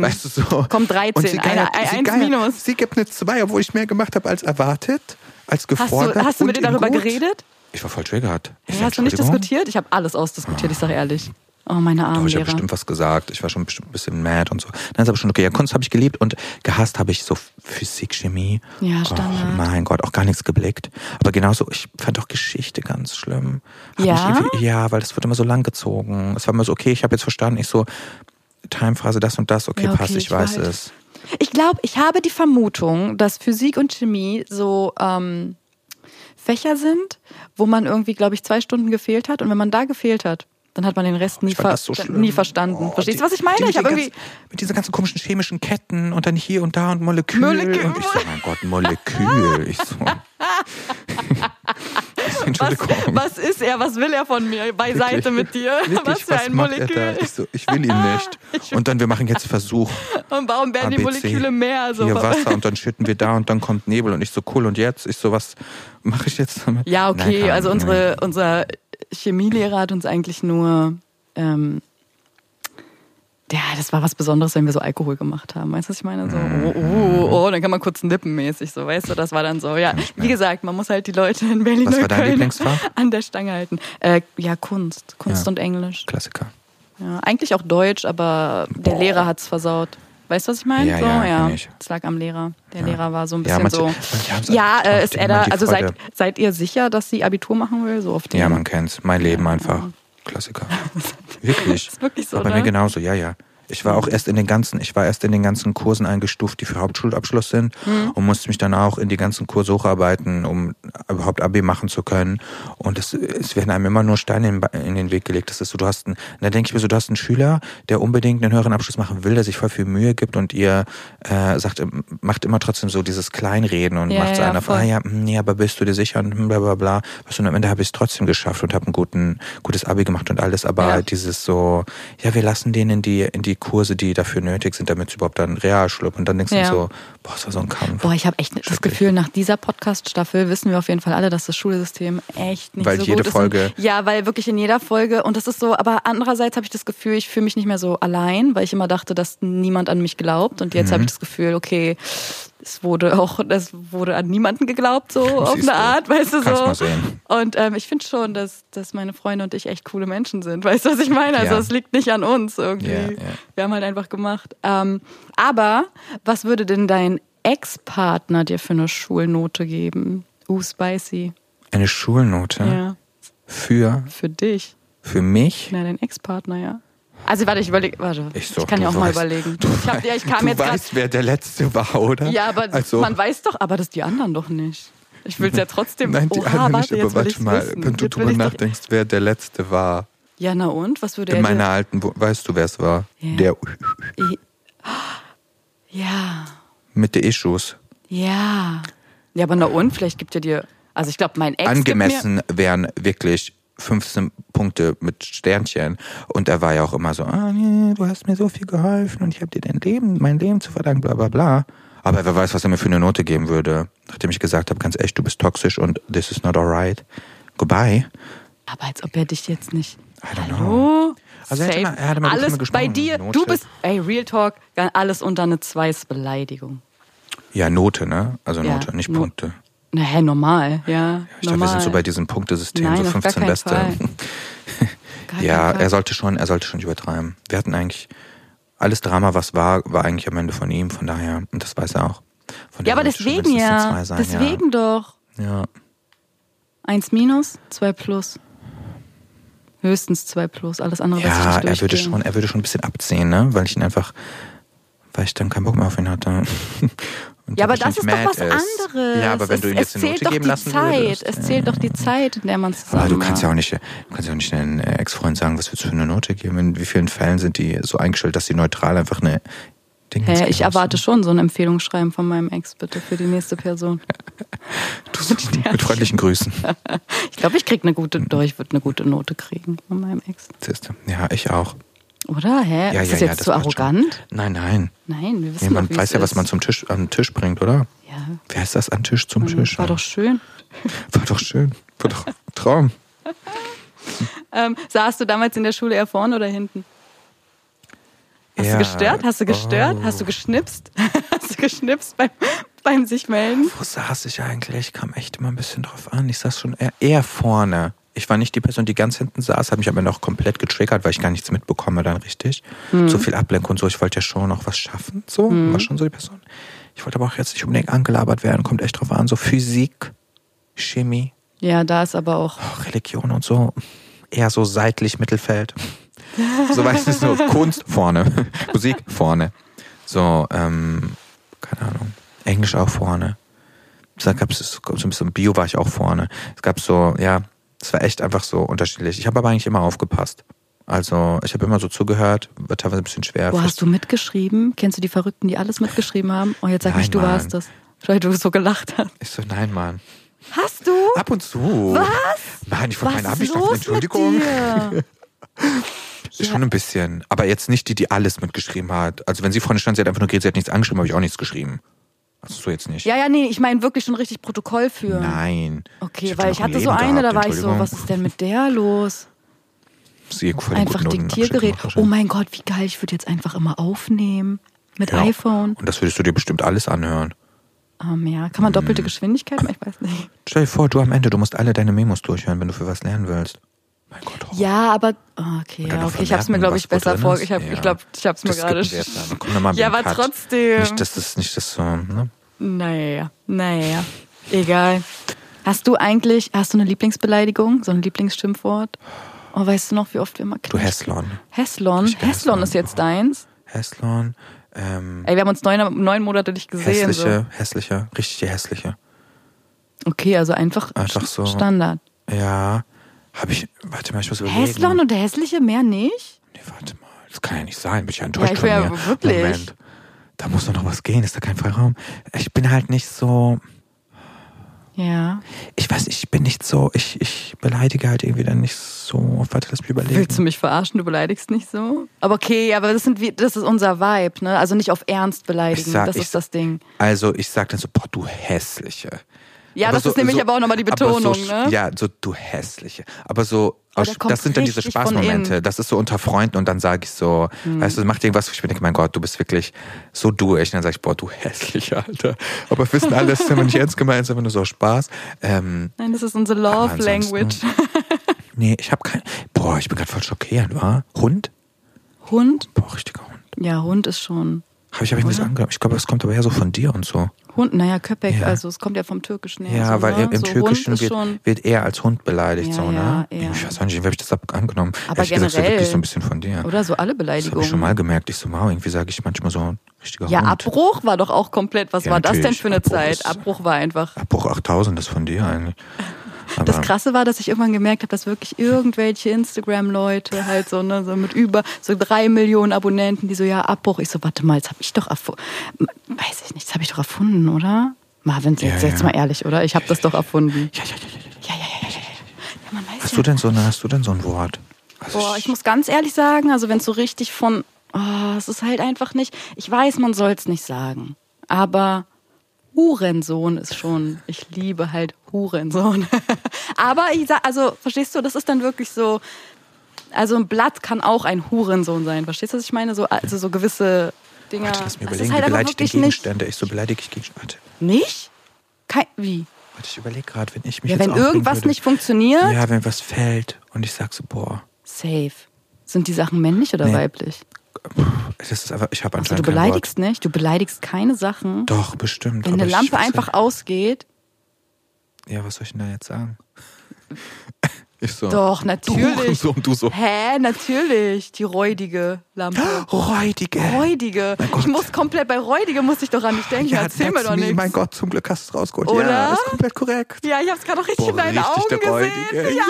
B: Weißt du so.
A: Komm, 13,
B: Und sie
A: eine-
B: geiert- sie
A: eins
B: geiert-
A: minus.
B: Sie gibt eine 2, obwohl ich mehr gemacht habe als erwartet, als
A: Hast du,
B: gefordert.
A: hast du mit
B: und
A: ihr darüber
B: in gut.
A: geredet?
B: Ich war voll triggert. Ich
A: Hey,
B: sag,
A: hast du nicht
B: Entschuldigung?
A: diskutiert? Ich habe alles ausdiskutiert, ich sage ehrlich. Oh, meine armen
B: Doch, ich habe
A: Lehrer.
B: bestimmt was gesagt. Ich war schon bestimmt ein bisschen mad und so. Dann ist aber schon okay. Ja, Kunst habe ich geliebt und gehasst habe ich so Physik, Chemie.
A: Ja, Standard.
B: Oh mein Gott, auch gar nichts geblickt. Aber genauso, ich fand auch Geschichte ganz schlimm. Hat
A: Ja?
B: mich irgendwie- ja, weil das wird immer so lang gezogen. Es war immer so, okay, ich habe jetzt verstanden, ich so, Timephrase, das und das, okay,
A: Ja, okay,
B: passt, ich,
A: ich
B: weiß
A: weiß.
B: es.
A: Ich glaube, ich habe die Vermutung, dass Physik und Chemie so ähm, Fächer sind, wo man irgendwie, glaube ich, zwei Stunden gefehlt hat. Und wenn man da gefehlt hat, dann hat man den Rest nie,
B: Ich fand
A: ver
B: das so schlimm.
A: nie verstanden.
B: Oh,
A: Verstehst du,
B: die-
A: was ich meine?
B: die mit
A: ich habe
B: den
A: irgendwie.
B: ganzen- Mit diesen ganzen komischen chemischen Ketten und dann hier und da und Molekül.
A: Molekül.
B: Und ich so, mein Gott, Molekül. Ich so. Ich so,
A: Was,
B: Entschuldigung.
A: was ist er? Was will er von mir? Beiseite
B: Wirklich.
A: mit dir.
B: Wirklich,
A: was für ein
B: macht er
A: Molekül.
B: da? Ich, so, ich will ihn nicht. Und dann, wir machen jetzt Versuch.
A: Und warum werden die
B: ABC.
A: Moleküle mehr? also So.
B: Hier Wasser und dann schütten wir da und dann kommt Nebel und ich so cool und jetzt ich so was mache ich jetzt damit?
A: Ja,
B: Nein,
A: okay.
B: keine
A: also
B: Ahnung.
A: unsere, unser Chemielehrer hat uns eigentlich nur. Ähm, ja, das war was Besonderes, wenn wir so Alkohol gemacht haben. Weißt du, was ich meine? So,
B: Mhm.
A: oh, oh, oh, dann kann man kurz nippen mäßig, so, weißt du, das war dann so. Ja, wie gesagt, man muss halt die Leute in Berlin
B: Was war dein
A: Neukölln
B: Lieblingsfach?
A: an der Stange halten. Äh, ja, Kunst. Kunst
B: Ja.
A: und Englisch.
B: Klassiker.
A: Ja, eigentlich auch Deutsch, aber der Lehrer hat's versaut. Weißt du, was ich meine?
B: Ja,
A: so,
B: ja, kenn ich.
A: Es lag am Lehrer. Der
B: Ja.
A: Lehrer war so ein
B: Ja,
A: bisschen
B: manche-
A: so.
B: manche haben's
A: ja,
B: einfach
A: äh,
B: drauf,
A: ist
B: die-
A: er da,
B: manche
A: also seid,
B: Freude.
A: seid ihr sicher, dass sie Abitur machen will? So auf den.
B: Ja, man kennt's. Mein Leben einfach. Klassiker. Wirklich.
A: Ist wirklich so,
B: Aber
A: ne?
B: mir genauso, ja, ja. Ich war auch erst in den ganzen, ich war erst in den ganzen Kursen eingestuft, die für Hauptschulabschluss sind
A: Mhm.
B: und musste mich dann auch in die ganzen Kurse hocharbeiten, um überhaupt Abi machen zu können. Und es, es werden einem immer nur Steine in, den Ba- in den Weg gelegt. Das ist so, du hast einen, da denke ich mir so, du hast einen Schüler, der unbedingt einen höheren Abschluss machen will, der sich voll viel Mühe gibt und ihr äh, sagt, macht immer trotzdem so dieses Kleinreden und
A: Ja,
B: macht so
A: ja,
B: einer,
A: voll.
B: ah ja, hm, nee, aber bist du dir sicher und hm, bla bla bla. Was und am Ende habe ich es trotzdem geschafft und habe ein guten, gutes Abi gemacht und alles, aber
A: Ja.
B: dieses so, ja, wir lassen den in die, in die Kurse, die dafür nötig sind, damit es überhaupt dann real schluppt. Und dann denkst
A: Ja.
B: du so, boah, das war so ein Kampf.
A: Boah, ich habe echt das
B: Schrecklich.
A: Gefühl, nach dieser Podcast-Staffel wissen wir auf jeden Fall alle, dass das Schulsystem echt nicht
B: Weil
A: so
B: jede
A: gut
B: Folge-
A: ist. Und, ja, weil wirklich in jeder Folge. Und das ist so, aber andererseits habe ich das Gefühl, ich fühle mich nicht mehr so allein, weil ich immer dachte, dass niemand an mich glaubt. Und jetzt habe
B: Mhm.
A: ich das Gefühl, okay, es wurde auch, das wurde an niemanden geglaubt, so auf
B: Siehst
A: eine
B: du.
A: Art, weißt du
B: Kannst
A: so.
B: mal sehen.
A: Und ähm, ich finde schon, dass, dass meine Freunde und ich echt coole Menschen sind. Weißt du, was ich meine? Also
B: Ja.
A: es liegt nicht an uns irgendwie.
B: Ja, ja.
A: Wir haben halt einfach gemacht. Ähm, aber was würde denn dein Ex-Partner dir für eine Schulnote geben? Uh, spicy.
B: Eine Schulnote
A: Ja.
B: für,
A: Für dich.
B: für mich.
A: Na, dein Ex-Partner, ja. Also warte, ich überlege, warte.
B: Ich, so,
A: kann ja auch
B: du
A: mal
B: weißt-
A: überlegen.
B: Du,
A: ich, hab, ja, ich kam
B: du
A: jetzt grad-
B: weißt, wer der Letzte war, oder?
A: Ja, aber
B: also,
A: man weiß doch, aber das die anderen doch nicht. Ich will es ja trotzdem.
B: Nein, die
A: Oha,
B: anderen nicht,
A: warte,
B: aber
A: jetzt will ich's
B: warte mal,
A: wissen.
B: wenn du
A: Jetzt will
B: drüber
A: ich's doch-
B: nachdenkst, wer der Letzte war.
A: Ja, na und? Was würde
B: In
A: er dir
B: meiner alten, Wo- weißt du, wer es war?
A: Ja.
B: Der
A: I- Ja,
B: mit den Issues.
A: ja. Ja, aber na und? Vielleicht gibt er dir. Also ich glaube, mein Ex. Gibt mir,
B: Angemessen wären wirklich 15 Punkte mit Sternchen. Und er war ja auch immer so, ah, nee, du hast mir so viel geholfen und ich habe dir dein Leben, mein Leben zu verdanken, bla bla bla. Aber wer weiß, was er mir für eine Note geben würde, nachdem ich gesagt habe, ganz echt, du bist toxisch und this is not alright. Goodbye.
A: aber als ob er dich jetzt nicht.
B: I don't know.
A: Hallo?
B: Also er hat
A: Safe.
B: immer- er hat immer gut
A: alles
B: mit mir gesprochen.
A: bei dir.
B: Note.
A: Du bist, ey, Real Talk, alles unter eine Zweis Beleidigung.
B: Ja, Note, ne? Also
A: Ja,
B: Note, nicht
A: Not-
B: Punkte.
A: Na, hä, normal, ja.
B: Ich
A: normal.
B: glaube, wir sind so bei diesem Punktesystem,
A: Nein,
B: so
A: auf gar
B: 15
A: keinen
B: Beste.
A: Fall. Gar
B: Ja,
A: kein Fall.
B: er sollte schon, er sollte schon nicht übertreiben. Wir hatten eigentlich alles Drama, was war, war eigentlich am Ende von ihm. Von daher, und das weiß er auch. Von
A: Ja, aber
B: daher sollte schon
A: deswegen
B: mindestens eine
A: ja.
B: Zwei sein,
A: deswegen doch.
B: Ja. ja.
A: Eins minus, zwei plus. Höchstens zwei plus. Alles andere lässt sich
B: Ja,
A: nicht
B: er würde
A: durchgehen.
B: schon, er würde schon ein bisschen abziehen, ne? Weil ich ihn einfach, weil ich dann keinen Bock mehr auf ihn hatte. Und
A: Ja, aber
B: er
A: das
B: wahrscheinlich
A: ist doch
B: mad
A: was anderes.
B: Ja, aber wenn du ihm
A: es,
B: jetzt
A: es
B: eine
A: zählt
B: Note
A: doch
B: geben
A: die
B: lassen
A: Zeit.
B: würdest.
A: Es
B: ja.
A: zählt doch die Zeit, in der man zusammen
B: Aber du kannst ja
A: war.
B: auch nicht, du kannst ja auch nicht deinen äh, Ex-Freund sagen, was willst du für eine Note geben? In wie vielen Fällen sind die so eingestellt, dass sie neutral einfach eine Ding
A: Hä, ich erwarte schon so ein Empfehlungsschreiben von meinem Ex, bitte, für die nächste Person.
B: Mit freundlichen Grüßen.
A: Ich glaube, ich krieg eine gute, doch, ich würde eine gute Note kriegen von meinem Ex.
B: Siehst du? Ja, ich auch.
A: Oder? Hä?
B: Ja,
A: ist
B: ja,
A: das
B: ja,
A: jetzt
B: das
A: zu
B: passt schon.
A: arrogant?
B: Nein, nein.
A: Nein, wir
B: Nee,
A: wissen
B: man
A: doch, wie
B: weiß
A: es
B: ja, was
A: ist.
B: man zum Tisch, an den Tisch bringt, oder?
A: Ja, Hm,
B: Wer ist das an Tisch zum Tisch?
A: Mhm, war doch schön.
B: war doch schön. War doch ein Traum.
A: Ähm, saßt du damals in der Schule eher vorne oder hinten? Hast
B: Ja.
A: du gestört? Hast du gestört?
B: Oh.
A: Hast du geschnipst? Hast du geschnipst beim, beim sich melden?
B: Wo saß ich eigentlich? Kam echt immer ein bisschen drauf an. Ich saß schon eher, eher vorne. Ich war nicht die Person, die ganz hinten saß, habe mich aber noch komplett getriggert, weil ich gar nichts mitbekomme dann richtig.
A: Hm.
B: So viel Ablenkung und so. Ich wollte ja schon noch was schaffen. So, war schon so die Person. Ich wollte aber auch jetzt nicht unbedingt angelabert werden. Kommt echt drauf an. So Physik, Chemie,
A: Ja, da ist aber auch.
B: auch Religion und so eher so seitlich Mittelfeld. So weißt du, es ist nur Kunst vorne, Musik vorne. So, ähm, keine Ahnung. Englisch auch vorne. Da gab es so ein bisschen Bio war ich auch vorne. Es gab so, ja, es war echt einfach so unterschiedlich. Ich habe aber eigentlich immer aufgepasst. Also ich habe immer so zugehört, war teilweise ein bisschen schwer.
A: Wo hast du mitgeschrieben? Kennst du die Verrückten, die alles mitgeschrieben haben? Oh, jetzt sag
B: Nein,
A: nicht, du
B: Mann.
A: warst das. Weil du so gelacht hast.
B: Ich so, nein, Mann.
A: Hast du?
B: Ab und zu. Was? Mann, ich wollte
A: Was
B: mein
A: ist
B: Abi schaffen,
A: los mit
B: Entschuldigung.
A: dir?
B: Ist Schon ein bisschen. Aber jetzt nicht die, die alles mitgeschrieben hat. Also wenn sie Freunde stand, sie hat einfach nur geredet, sie hat nichts angeschrieben, habe ich auch nichts geschrieben. Also so jetzt nicht.
A: Ja, ja, nee, ich meine wirklich schon richtig Protokoll führen.
B: Nein.
A: Okay,
B: hab
A: weil
B: noch
A: ich
B: ein
A: hatte so
B: Leben
A: eine, da
B: gehabt,
A: war ich so,
B: Entschuldigung.
A: was ist denn mit der los?
B: Sie hat voll den
A: Einfach
B: guten Noten
A: Diktiergerät.
B: abgeschrieben,
A: Oh mein Gott, wie geil, ich würde jetzt einfach immer aufnehmen. Mit
B: Ja.
A: iPhone.
B: Und das würdest du dir bestimmt alles anhören.
A: Ähm, ja, kann man doppelte
B: Mhm.
A: Geschwindigkeit machen? Ich weiß nicht.
B: Stell dir vor, du am Ende, du musst alle deine Memos durchhören, wenn du für was lernen willst. Mein Gott, Horror.
A: Ja, aber oh, okay,
B: Und dann
A: ja,
B: noch
A: okay. ich habe es mir,
B: vermerken,
A: glaube ich,
B: was wo
A: besser
B: drin
A: vor.
B: ist.
A: Ich habe,
B: Ja.
A: ich glaube, ich habe es mir
B: Das
A: gerade.
B: gibt es erst dann. Guck mal,
A: Ja,
B: wie
A: aber
B: Cut.
A: trotzdem.
B: Nicht, dass das nicht das so, ne?
A: Naja, naja, egal. Hast du eigentlich, hast du eine Lieblingsbeleidigung, so ein Lieblingsschimpfwort? Oh, weißt du noch, wie oft wir mal
B: Du Hässlon.
A: Hässlon?
B: Ich-
A: Hässlon ist jetzt deins.
B: Hässlon, ähm,
A: Ey, wir haben uns neun, neun Monate nicht gesehen. So.
B: hässliche, hässliche, richtige hässliche.
A: Okay, also einfach,
B: Einfach so.
A: Standard.
B: Ja, habe ich, warte mal, ich muss überlegen.
A: Hässlon und hässliche mehr nicht?
B: Nee, warte mal. Das kann ja nicht sein. Bin ich ja enttäuscht
A: ich
B: von
A: wär
B: mir.
A: wirklich-
B: Moment. Da muss doch noch was gehen. Ist da kein Freiraum? Ich bin halt nicht so.
A: Ja.
B: Ich weiß, ich bin nicht so. Ich, ich beleidige halt irgendwie dann nicht so oft. Warte, lass mich überlegen.
A: Willst du mich verarschen? Du beleidigst nicht so? Aber okay, aber das, sind, wir- das ist unser Vibe, ne? Also nicht auf Ernst beleidigen.
B: Ich sag-
A: das
B: ich
A: ist das Ding.
B: Also, ich sag dann so, boah, du hässliche.
A: Ja, das ist nämlich aber auch nochmal die
B: aber so-
A: Betonung, ne?
B: Ja, so du hässliche. Aber so,
A: Aber der
B: aus-
A: kommt
B: das sind dann diese
A: richtig von
B: Spaßmomente.
A: innen. Hm.
B: Das ist so unter Freunden und dann sage ich so, weißt du, mach dir irgendwas, wo ich mir denke, mein Gott, du bist wirklich so durch. Und dann sage ich, boah, du hässlicher, Alter. Aber wissen alle, das ist immer nicht ernst gemeint, das ist immer nur so Spaß. Ähm,
A: Nein, das ist unsere Love
B: ansonsten-
A: Language.
B: nee, ich habe kein. Boah, ich bin gerade voll schockiert, wa? Hund?
A: Hund?
B: Boah, richtiger Hund.
A: Ja, Hund ist schon.
B: Hab ich, hab ich mir das angehört. Ich glaube, das kommt aber eher so von dir und so.
A: Hund, naja, Köpek,
B: Ja.
A: also es kommt ja vom Türkischen her.
B: Ja,
A: so,
B: weil
A: ne?
B: im, im
A: so,
B: Türkischen
A: Hund ist
B: wird,
A: schon.
B: wird er als Hund beleidigt,
A: Ja,
B: so, ne?
A: ja, ja.
B: Ich weiß auch nicht, wie habe ich das ab- angenommen?
A: Aber
B: Ehrlich gesagt, so
A: generell.
B: wirklich so ein bisschen von dir.
A: Oder so alle
B: das habe ich schon
A: Beleidigungen.
B: mal gemerkt. Ich so, wow, irgendwie sage ich manchmal so ein richtiger
A: Ja,
B: Hund.
A: Abbruch war doch auch komplett. Was
B: Ja,
A: war das denn
B: natürlich.
A: für eine
B: Abbruch ist-
A: Zeit? Abbruch war einfach.
B: Abbruch 8000 ist von dir eigentlich. Aber
A: Das Krasse war, dass ich irgendwann gemerkt habe, dass wirklich irgendwelche Instagram-Leute halt so, ne, so mit über so drei Millionen Abonnenten, die so, ja, Abbruch. Ich so, warte mal, das habe ich doch erfunden. Weiß ich nicht, das habe ich doch erfunden, oder? Marvin, jetzt,
B: Ja,
A: jetzt
B: ja.
A: mal ehrlich, oder? Ich habe das doch erfunden.
B: Ja, ja, ja, ja, ja.
A: Ja, ja, ja, ja, ja. ja. Ja, man weiß
B: Hast
A: ja
B: du denn so, eine, hast du denn so ein Wort? Also
A: Boah, ich muss ganz ehrlich sagen, also wenn es so richtig von, oh, es ist halt einfach nicht, ich weiß, man soll es nicht sagen, aber Hurensohn ist schon, ich liebe halt Hurensohn. aber ich sag, also verstehst du, das ist dann wirklich so, also ein Blatt kann auch ein Hurensohn sein, verstehst du, was ich meine? So, also so gewisse Dinge.
B: Warte, lass mir
A: Es
B: überlegen,
A: ist
B: wie
A: halt einfach
B: beleidige ich
A: wirklich
B: den
A: nicht.
B: Gegenstände? Ich so beleidige ich Gegenstände. Warte,
A: Nicht? Kein, wie?
B: warte ich überlege gerade, wenn ich mich
A: Ja,
B: jetzt
A: wenn
B: aufregen
A: irgendwas
B: würde.
A: nicht funktioniert,
B: Ja, wenn was fällt und ich sag so, boah,
A: safe. Sind die Sachen männlich oder
B: Nee.
A: weiblich?
B: das ist einfach, ich habe
A: Also
B: anscheinend
A: du
B: kein Wort.
A: beleidigst nicht, du beleidigst keine Sachen.
B: Doch, bestimmt.
A: Wenn
B: aber
A: eine
B: ich
A: Lampe
B: weiß
A: einfach
B: nicht.
A: ausgeht,
B: Ja, was soll ich denn da jetzt sagen? Ich so.
A: doch, natürlich.
B: Oh. Du so und du so.
A: Hä, natürlich, die räudige Lampe.
B: Räudige.
A: Räudige.
B: Mein Gott.
A: Ich muss komplett bei räudige muss ich doch an dich denken.
B: Ja,
A: Erzähl mir
B: that's
A: doch
B: me.
A: nichts.
B: Mein Gott, zum Glück hast du es rausgeholt. Ja,
A: Oder?
B: ist komplett korrekt.
A: Ja, ich hab's gerade auch richtig
B: Boah,
A: in deinen
B: richtig der
A: Augen
B: Räudige.
A: gesehen.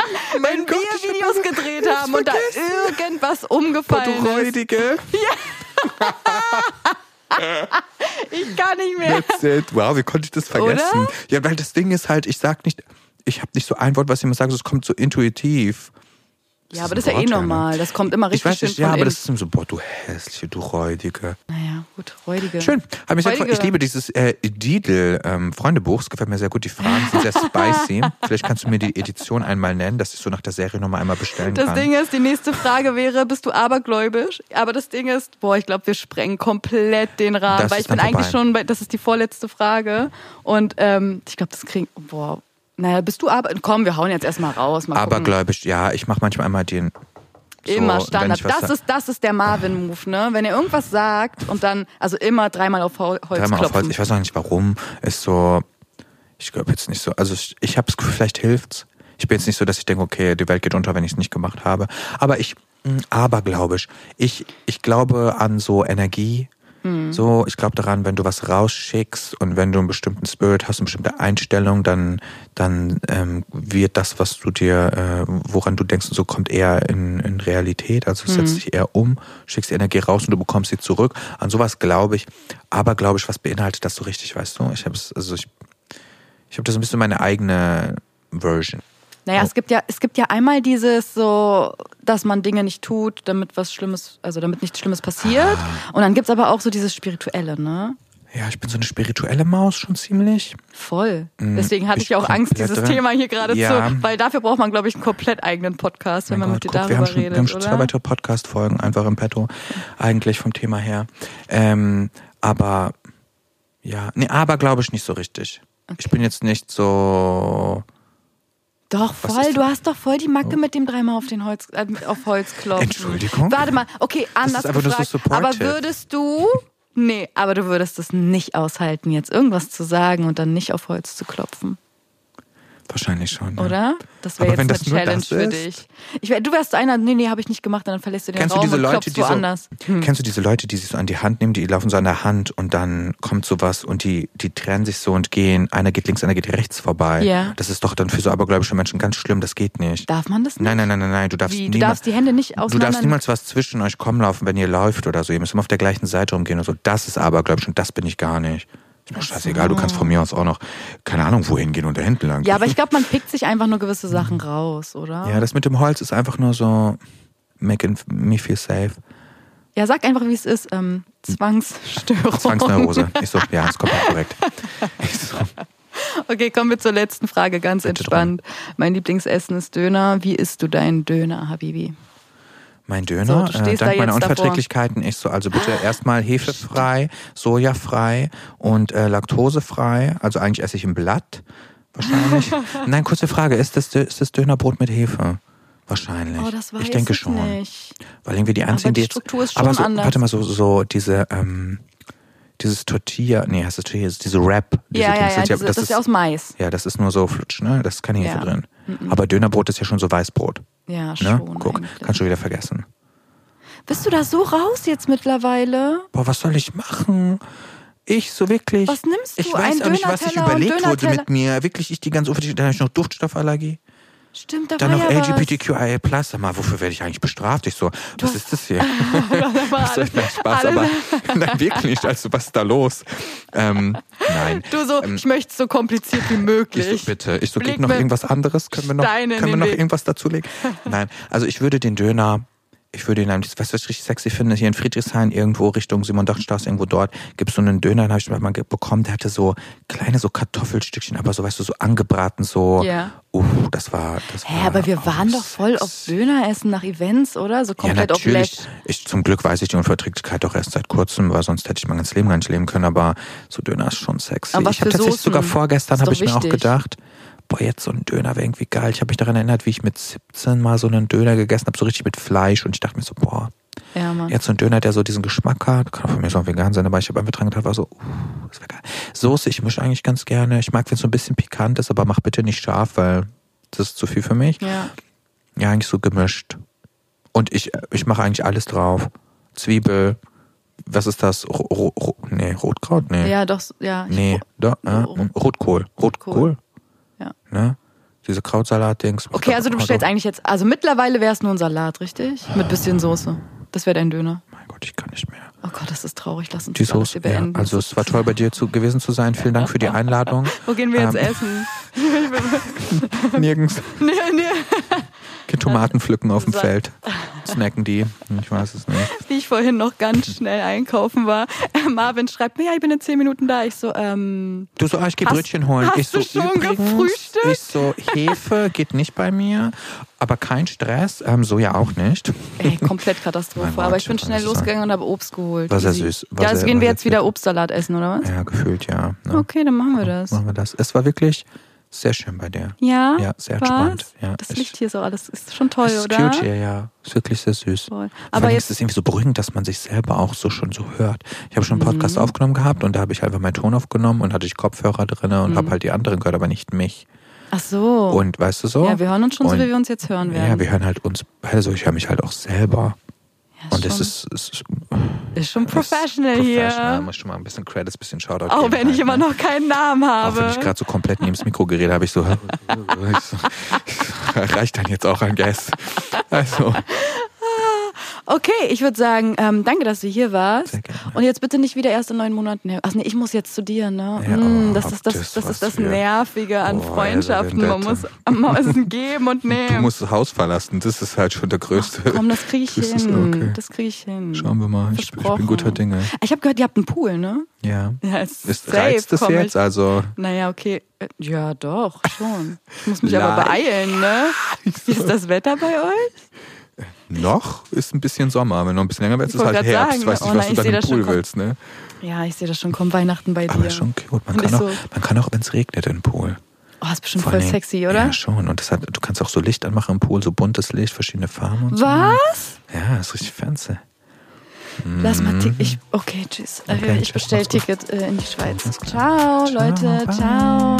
A: Ja,
B: Mein
A: wenn
B: Gott, ich
A: wir
B: hab
A: Videos
B: das-
A: gedreht
B: ich hab's
A: haben und da
B: vergessen.
A: irgendwas
B: Boah,
A: umgefallen
B: du
A: ist.
B: Räudige.
A: Ich kann nicht mehr.
B: That's it. Wow, wie konnte ich das vergessen? Ja, weil das Ding ist halt, ich sag nicht, ich habe nicht so ein Wort, was jemand sagt, es kommt so intuitiv.
A: Ja, aber
B: ein
A: das ist ja eh
B: Wort, ja, ne?
A: normal. Das kommt immer
B: Ich
A: richtig
B: weiß
A: schön
B: nicht, ja,
A: von
B: aber
A: innen.
B: das ist so, boah, du hässliche, du Räudige.
A: Naja, gut, räudige.
B: Schön. Hab mich sehr gefreut.
A: Räudige.
B: ich liebe dieses äh, Didel-Freundebuch. es gefällt mir sehr gut. Die Fragen sind sehr spicy. Vielleicht kannst du mir die Edition einmal nennen, dass ich so nach der Serie nochmal einmal bestellen
A: Das
B: kann.
A: Ding ist, die nächste Frage wäre, bist du abergläubisch? Aber das Ding ist, boah, ich glaube, wir sprengen komplett den Rahmen,
B: Das
A: weil
B: ist
A: ich bin
B: dann
A: eigentlich
B: vorbei.
A: schon bei, das ist die vorletzte Frage. Und ähm, ich glaube, das kriegen, boah, naja, bist du aber, komm, wir hauen jetzt erstmal raus. Mal
B: Aber
A: gucken.
B: gläubig, ja, ich mache manchmal einmal den. so,
A: Immer
B: wenn
A: Standard.
B: ich was
A: Das
B: sa-
A: ist, das ist der Marvin-Move, ne? Wenn er irgendwas sagt und dann, also immer dreimal auf Hol- Holz
B: dreimal auf
A: klopfen.
B: Holz. Ich weiß auch nicht warum. Ist so. Ich glaube jetzt nicht so. Also ich, ich habe es vielleicht hilft's. Ich bin jetzt nicht so, dass ich denke, okay, die Welt geht unter, wenn ich es nicht gemacht habe. Aber ich, mh, abergläubisch. Ich, ich glaube an so Energie. So, ich glaube daran, wenn du was rausschickst und wenn du einen bestimmten Spirit hast, eine bestimmte Einstellung, dann, dann ähm, wird das, was du dir, äh, woran du denkst, und so kommt eher in, in Realität. Also es setzt dich eher um, schickst die Energie raus und du bekommst sie zurück. An sowas glaube ich, aber glaube ich, was beinhaltet das so richtig, weißt du? Ich habe es, also ich, ich habe da so ein bisschen meine eigene Version.
A: Naja, es gibt ja, es gibt ja einmal dieses so, dass man Dinge nicht tut, damit was Schlimmes, also damit nichts Schlimmes passiert.
B: Ah.
A: Und dann gibt's aber auch so dieses Spirituelle, ne?
B: Ja, ich bin so eine spirituelle Maus schon ziemlich.
A: Voll. Deswegen hatte
B: Mm, ich
A: ich ja auch Angst,
B: komplette-
A: dieses Thema hier gerade
B: Ja.
A: zu, weil dafür braucht man, glaube ich, einen komplett eigenen Podcast, wenn
B: Mein
A: man
B: Gott,
A: mit dir
B: guck, wir haben
A: darüber
B: schon, wir haben
A: redet,
B: schon zwei
A: oder?
B: weitere Podcast-Folgen einfach im Petto, eigentlich vom Thema her. Ähm, aber ja, nee, aber glaube ich nicht so richtig. Ich bin jetzt nicht so
A: Doch,
B: Was
A: voll.
B: ist- Oh.
A: Du hast doch voll die Macke mit dem dreimal auf den Holz, äh, auf Holz klopfen.
B: Entschuldigung?
A: Warte mal, okay, anders
B: ist einfach nur so
A: gefragt.
B: supportive.
A: aber würdest du. Nee, aber du würdest es nicht aushalten, jetzt irgendwas zu sagen und dann nicht auf Holz zu klopfen,
B: Wahrscheinlich schon. ja.
A: oder? Das wäre
B: Aber wenn
A: jetzt eine
B: das nur
A: Challenge
B: das
A: für
B: ist?
A: dich. Ich wär, du wärst einer, nee, nee, habe ich nicht gemacht, dann verlässt du den
B: Kennst du
A: Raum
B: diese
A: und
B: Leute,
A: klopfst
B: die
A: woanders. Hm.
B: so, kennst du diese Leute, die sich so an die Hand nehmen, die laufen so an der Hand und dann kommt sowas und die, die trennen sich so und gehen, einer geht links, einer geht rechts vorbei.
A: Ja.
B: Das ist doch dann für so abergläubische Menschen ganz schlimm, das geht nicht.
A: Darf man das nicht?
B: Nein, nein, nein, nein, nein, du darfst
A: Wie? Du
B: niemals,
A: darfst die Hände nicht
B: Du darfst
A: auseinander-
B: niemals was zwischen euch kommen laufen, wenn ihr läuft oder so. Ihr müsst immer auf der gleichen Seite rumgehen und so. Das ist abergläubisch und das bin ich gar nicht. Ist mir scheißegal, du kannst von mir aus auch noch, keine Ahnung, wohin gehen und da hinten lang.
A: Ja, aber ich glaube, man pickt sich einfach nur gewisse Sachen raus, oder?
B: ja, das mit dem Holz ist einfach nur so, making me feel safe.
A: Ja, sag einfach, wie es ist. Ähm, Zwangsstörung.
B: Zwangsneurose. Ich so, ja, das kommt korrekt. Ich so,
A: Okay, kommen wir zur letzten Frage, ganz
B: Bitte
A: entspannt. Mein Lieblingsessen ist Döner. Wie isst du deinen Döner, Habibi?
B: mein Döner,
A: So, du
B: äh,
A: stehst
B: dank
A: da
B: meiner
A: jetzt davor.
B: Unverträglichkeiten, ich so, also bitte erstmal hefefrei, sojafrei und äh, laktosefrei. Also eigentlich esse ich ein Blatt, wahrscheinlich. Nein, kurze Frage, ist das, Dö- ist das Dönerbrot mit Hefe? Wahrscheinlich.
A: Oh, das weiß
B: ich denke
A: ich
B: schon.
A: nicht.
B: Weil irgendwie die einzigen,
A: Aber die
B: jetzt-
A: Struktur ist
B: aber
A: schon
B: so,
A: anders.
B: Warte mal, so, so diese, ähm, dieses Tortilla, nee, heißt das Tortilla, diese Wrap. Diese
A: ja,
B: Dings
A: ja, ja,
B: sind
A: diese, das, ist ja aus Mais.
B: Ja, das ist nur so Flutsch, ne? Das ist keine Hefe
A: Ja.
B: drin. Aber Dönerbrot ist ja schon so Weißbrot.
A: Ja,
B: Ne?
A: schon.
B: Guck,
A: eigentlich.
B: kannst du wieder vergessen.
A: Bist du da so raus jetzt mittlerweile?
B: Boah, was soll ich machen? Ich so wirklich.
A: Was nimmst
B: Ich
A: du?
B: weiß
A: Ein
B: auch nicht, was ich
A: Dönerteller und
B: überlegt wurde
A: Dönerteller.
B: mit mir. Wirklich, ich die ganze Ufer, dann habe ich noch Duftstoffallergie.
A: Stimmt, da
B: Dann
A: war
B: noch
A: ja
B: LGBTQIA+. Sag mal, wofür werde ich eigentlich bestraft? Ich so, was ist das hier?
A: was.
B: Das ist mein Spaß, aber nein, wirklich, also was ist da los? Ähm, nein.
A: Du so, ich möchte es so kompliziert wie möglich.
B: Ähm, Ich so, bitte, ich so,
A: Blick
B: geht noch
A: mit-
B: irgendwas anderes? Können wir noch,
A: Steine in
B: können wir
A: den
B: noch
A: Weg.
B: irgendwas dazulegen? Nein, also ich würde den Döner, ich würde ihn, weißt du, was ich richtig sexy finde? Hier in Friedrichshain, irgendwo Richtung Simon-Dach-Straße, irgendwo dort, gibt's so einen Döner, den habe ich mal ge- bekommen, der hatte so kleine so Kartoffelstückchen, aber so, weißt du, so angebraten, so,
A: Ja.
B: uff, das war, Oh, das war.
A: Hä, aber wir
B: auch
A: waren doch voll
B: sexy.
A: auf Döneressen nach Events, oder? So
B: Ja,
A: komplett auf
B: natürlich.
A: Black.
B: Ich, zum Glück weiß ich die Unverträglichkeit doch erst seit kurzem, weil sonst hätte ich mein ganzes Leben gar nicht leben können, aber so Döner ist schon sexy.
A: Aber was
B: ich habe
A: für
B: tatsächlich
A: Soßen?
B: sogar vorgestern,
A: Ist
B: habe ich
A: doch
B: mir auch
A: wichtig.
B: gedacht, boah, jetzt so ein Döner wäre irgendwie geil. Ich habe mich daran erinnert, wie ich mit 17 mal so einen Döner gegessen habe, so richtig mit Fleisch und ich dachte mir so, boah,
A: Ja, Mann.
B: jetzt so ein Döner, der so diesen Geschmack hat, kann auch von mir schon vegan sein, aber ich habe einfach dran gedacht, war so, uh, das wäre geil. Soße, ich mische eigentlich ganz gerne. Ich mag, wenn es so ein bisschen pikant ist, aber mach bitte nicht scharf, weil das ist zu viel für mich.
A: Ja.
B: Ja, eigentlich so gemischt. Und ich, ich mache eigentlich alles drauf. Zwiebel, was ist das? Ro ro ro nee, Rotkraut? Nee.
A: ja, doch, ja. Ich-
B: Nee, da, äh, Rotkohl. Rotkohl.
A: Ja.
B: Ne? Diese Krautsalat-Dings.
A: Okay, also du bestellst eigentlich jetzt, also mittlerweile wäre es nur ein Salat, richtig? Mit bisschen Soße. Das wäre dein Döner.
B: Mein Gott, ich kann nicht mehr.
A: Oh Gott, das ist traurig. Lass uns
B: Die
A: das alles
B: Soße.
A: hier
B: Ja.
A: beenden.
B: Also es war toll bei dir zu, gewesen zu sein. Vielen Dank für die Einladung.
A: Wo gehen wir jetzt
B: Ähm,
A: essen?
B: Nirgends.
A: nee, nee.
B: Geh Tomaten pflücken auf dem
A: So.
B: Feld. Snacken die. Ich weiß es nicht.
A: Wie ich vorhin noch ganz schnell einkaufen war. Äh, Marvin schreibt mir, ja, ich bin in zehn Minuten da. Ich so, ähm,
B: Du so, ah, ich gehe
A: Hast-
B: Brötchen holen.
A: hast
B: ich so,
A: du schon
B: übrigens,
A: gefrühstückt?
B: Ich so, Hefe geht nicht bei mir, aber kein Stress. Ähm, Soja auch nicht.
A: ey, komplett
B: Mein
A: Katastrophe.
B: Gott,
A: Aber ich bin
B: das
A: schnell
B: ist so.
A: losgegangen und habe Obst geholt.
B: War sehr
A: Easy.
B: süß. War
A: Ja, also
B: sehr-
A: gehen
B: war
A: wir
B: sehr
A: jetzt wieder
B: fit.
A: Obstsalat essen, oder was?
B: Ja, gefühlt, ja. Ne?
A: Okay, dann machen wir das.
B: Machen wir das. Es war wirklich sehr schön bei dir.
A: Ja?
B: Ja, sehr
A: Was?
B: entspannt. Ja,
A: das
B: ich-
A: Licht hier so alles ist schon toll,
B: es ist
A: oder?
B: cute hier, ja. Ist wirklich sehr süß.
A: Voll.
B: Aber
A: Aber
B: jetzt
A: jetzt-
B: ist es irgendwie so beruhigend, dass man sich selber auch so schon so hört. Ich habe schon einen Podcast
A: Mhm.
B: aufgenommen gehabt und da habe ich einfach meinen Ton aufgenommen und hatte ich Kopfhörer drin und
A: Mhm.
B: habe halt die anderen gehört, aber nicht mich.
A: Ach so.
B: Und weißt du so?
A: Oh. ja, wir hören uns schon so,
B: Und-
A: wie wir uns jetzt hören werden.
B: Ja, wir hören halt uns, also ich höre mich halt auch selber.
A: Ja,
B: Und es
A: schon-
B: ist, es ist
A: ist schon professional,
B: Professional,
A: hier.
B: muss schon mal ein bisschen Credits, ein bisschen Shoutout
A: Auch
B: geben
A: wenn ich
B: halt,
A: immer
B: ne?
A: noch keinen Namen
B: Auch wenn
A: habe.
B: ich gerade so komplett neben das Mikro geredet habe, ich so, ich so reicht dann jetzt auch ein Guess. Also,
A: Okay, ich würde sagen, ähm, danke, dass du hier warst.
B: Sehr gerne.
A: Und jetzt bitte nicht wieder erst in neun Monaten. her- Ach nee, ich muss jetzt zu dir, ne?
B: Ja,
A: Mm,
B: oh,
A: das ist das,
B: das
A: das,
B: was
A: ist das
B: für- Oh,
A: Nervige an
B: Boah,
A: Freundschaften. Man muss,
B: Elsa
A: man muss es geben und
B: du
A: nehmen.
B: musst das Haus verlassen, das ist halt schon der größte.
A: Komm, das kriege ich
B: Das ist
A: hin.
B: okay.
A: Das kriege ich hin.
B: Schauen wir mal, ich, ich bin
A: Versprochen.
B: guter Dinge.
A: Ich habe gehört, ihr habt einen Pool, ne?
B: Ja.
A: Ja, ist,
B: Ist,
A: safe,
B: reizt das
A: komm
B: jetzt?
A: Ich.
B: Also,
A: Naja, okay. Äh, Ja, doch, schon. Ich muss mich aber
B: Live.
A: beeilen, ne? Wie ist das Wetter bei euch?
B: noch ist ein bisschen Sommer, wenn noch ein bisschen länger wird, ist
A: Ich
B: es
A: wollte
B: halt
A: gerade
B: Herbst.
A: sagen,
B: Weiß
A: oh
B: nicht,
A: nein,
B: was du
A: ich seh
B: deinem
A: das schon
B: Pool
A: kommen.
B: willst, ne?
A: Ja, ich sehe das schon. Komm Weihnachten bei dir.
B: Aber schon cute. Man
A: Und
B: kann,
A: ich
B: auch,
A: so-
B: man kann auch, wenn es regnet, in den Pool.
A: Oh, ist bestimmt
B: Vor
A: voll
B: allen Dingen-
A: sexy, oder?
B: Ja, schon. Und das hat, du kannst auch so Licht anmachen im Pool, so buntes Licht, verschiedene Farben und so.
A: Was?
B: Ja, ist richtig fancy.
A: Lass mal Tick. Ich, okay, tschüss. Äh,
B: Mhm. Okay,
A: ich
B: tschüss,
A: bestelle
B: mach's gut.
A: Ticket äh, in die Schweiz.
B: Alles
A: Ciao,
B: klar. Ciao,
A: Leute.
B: bye.
A: Ciao.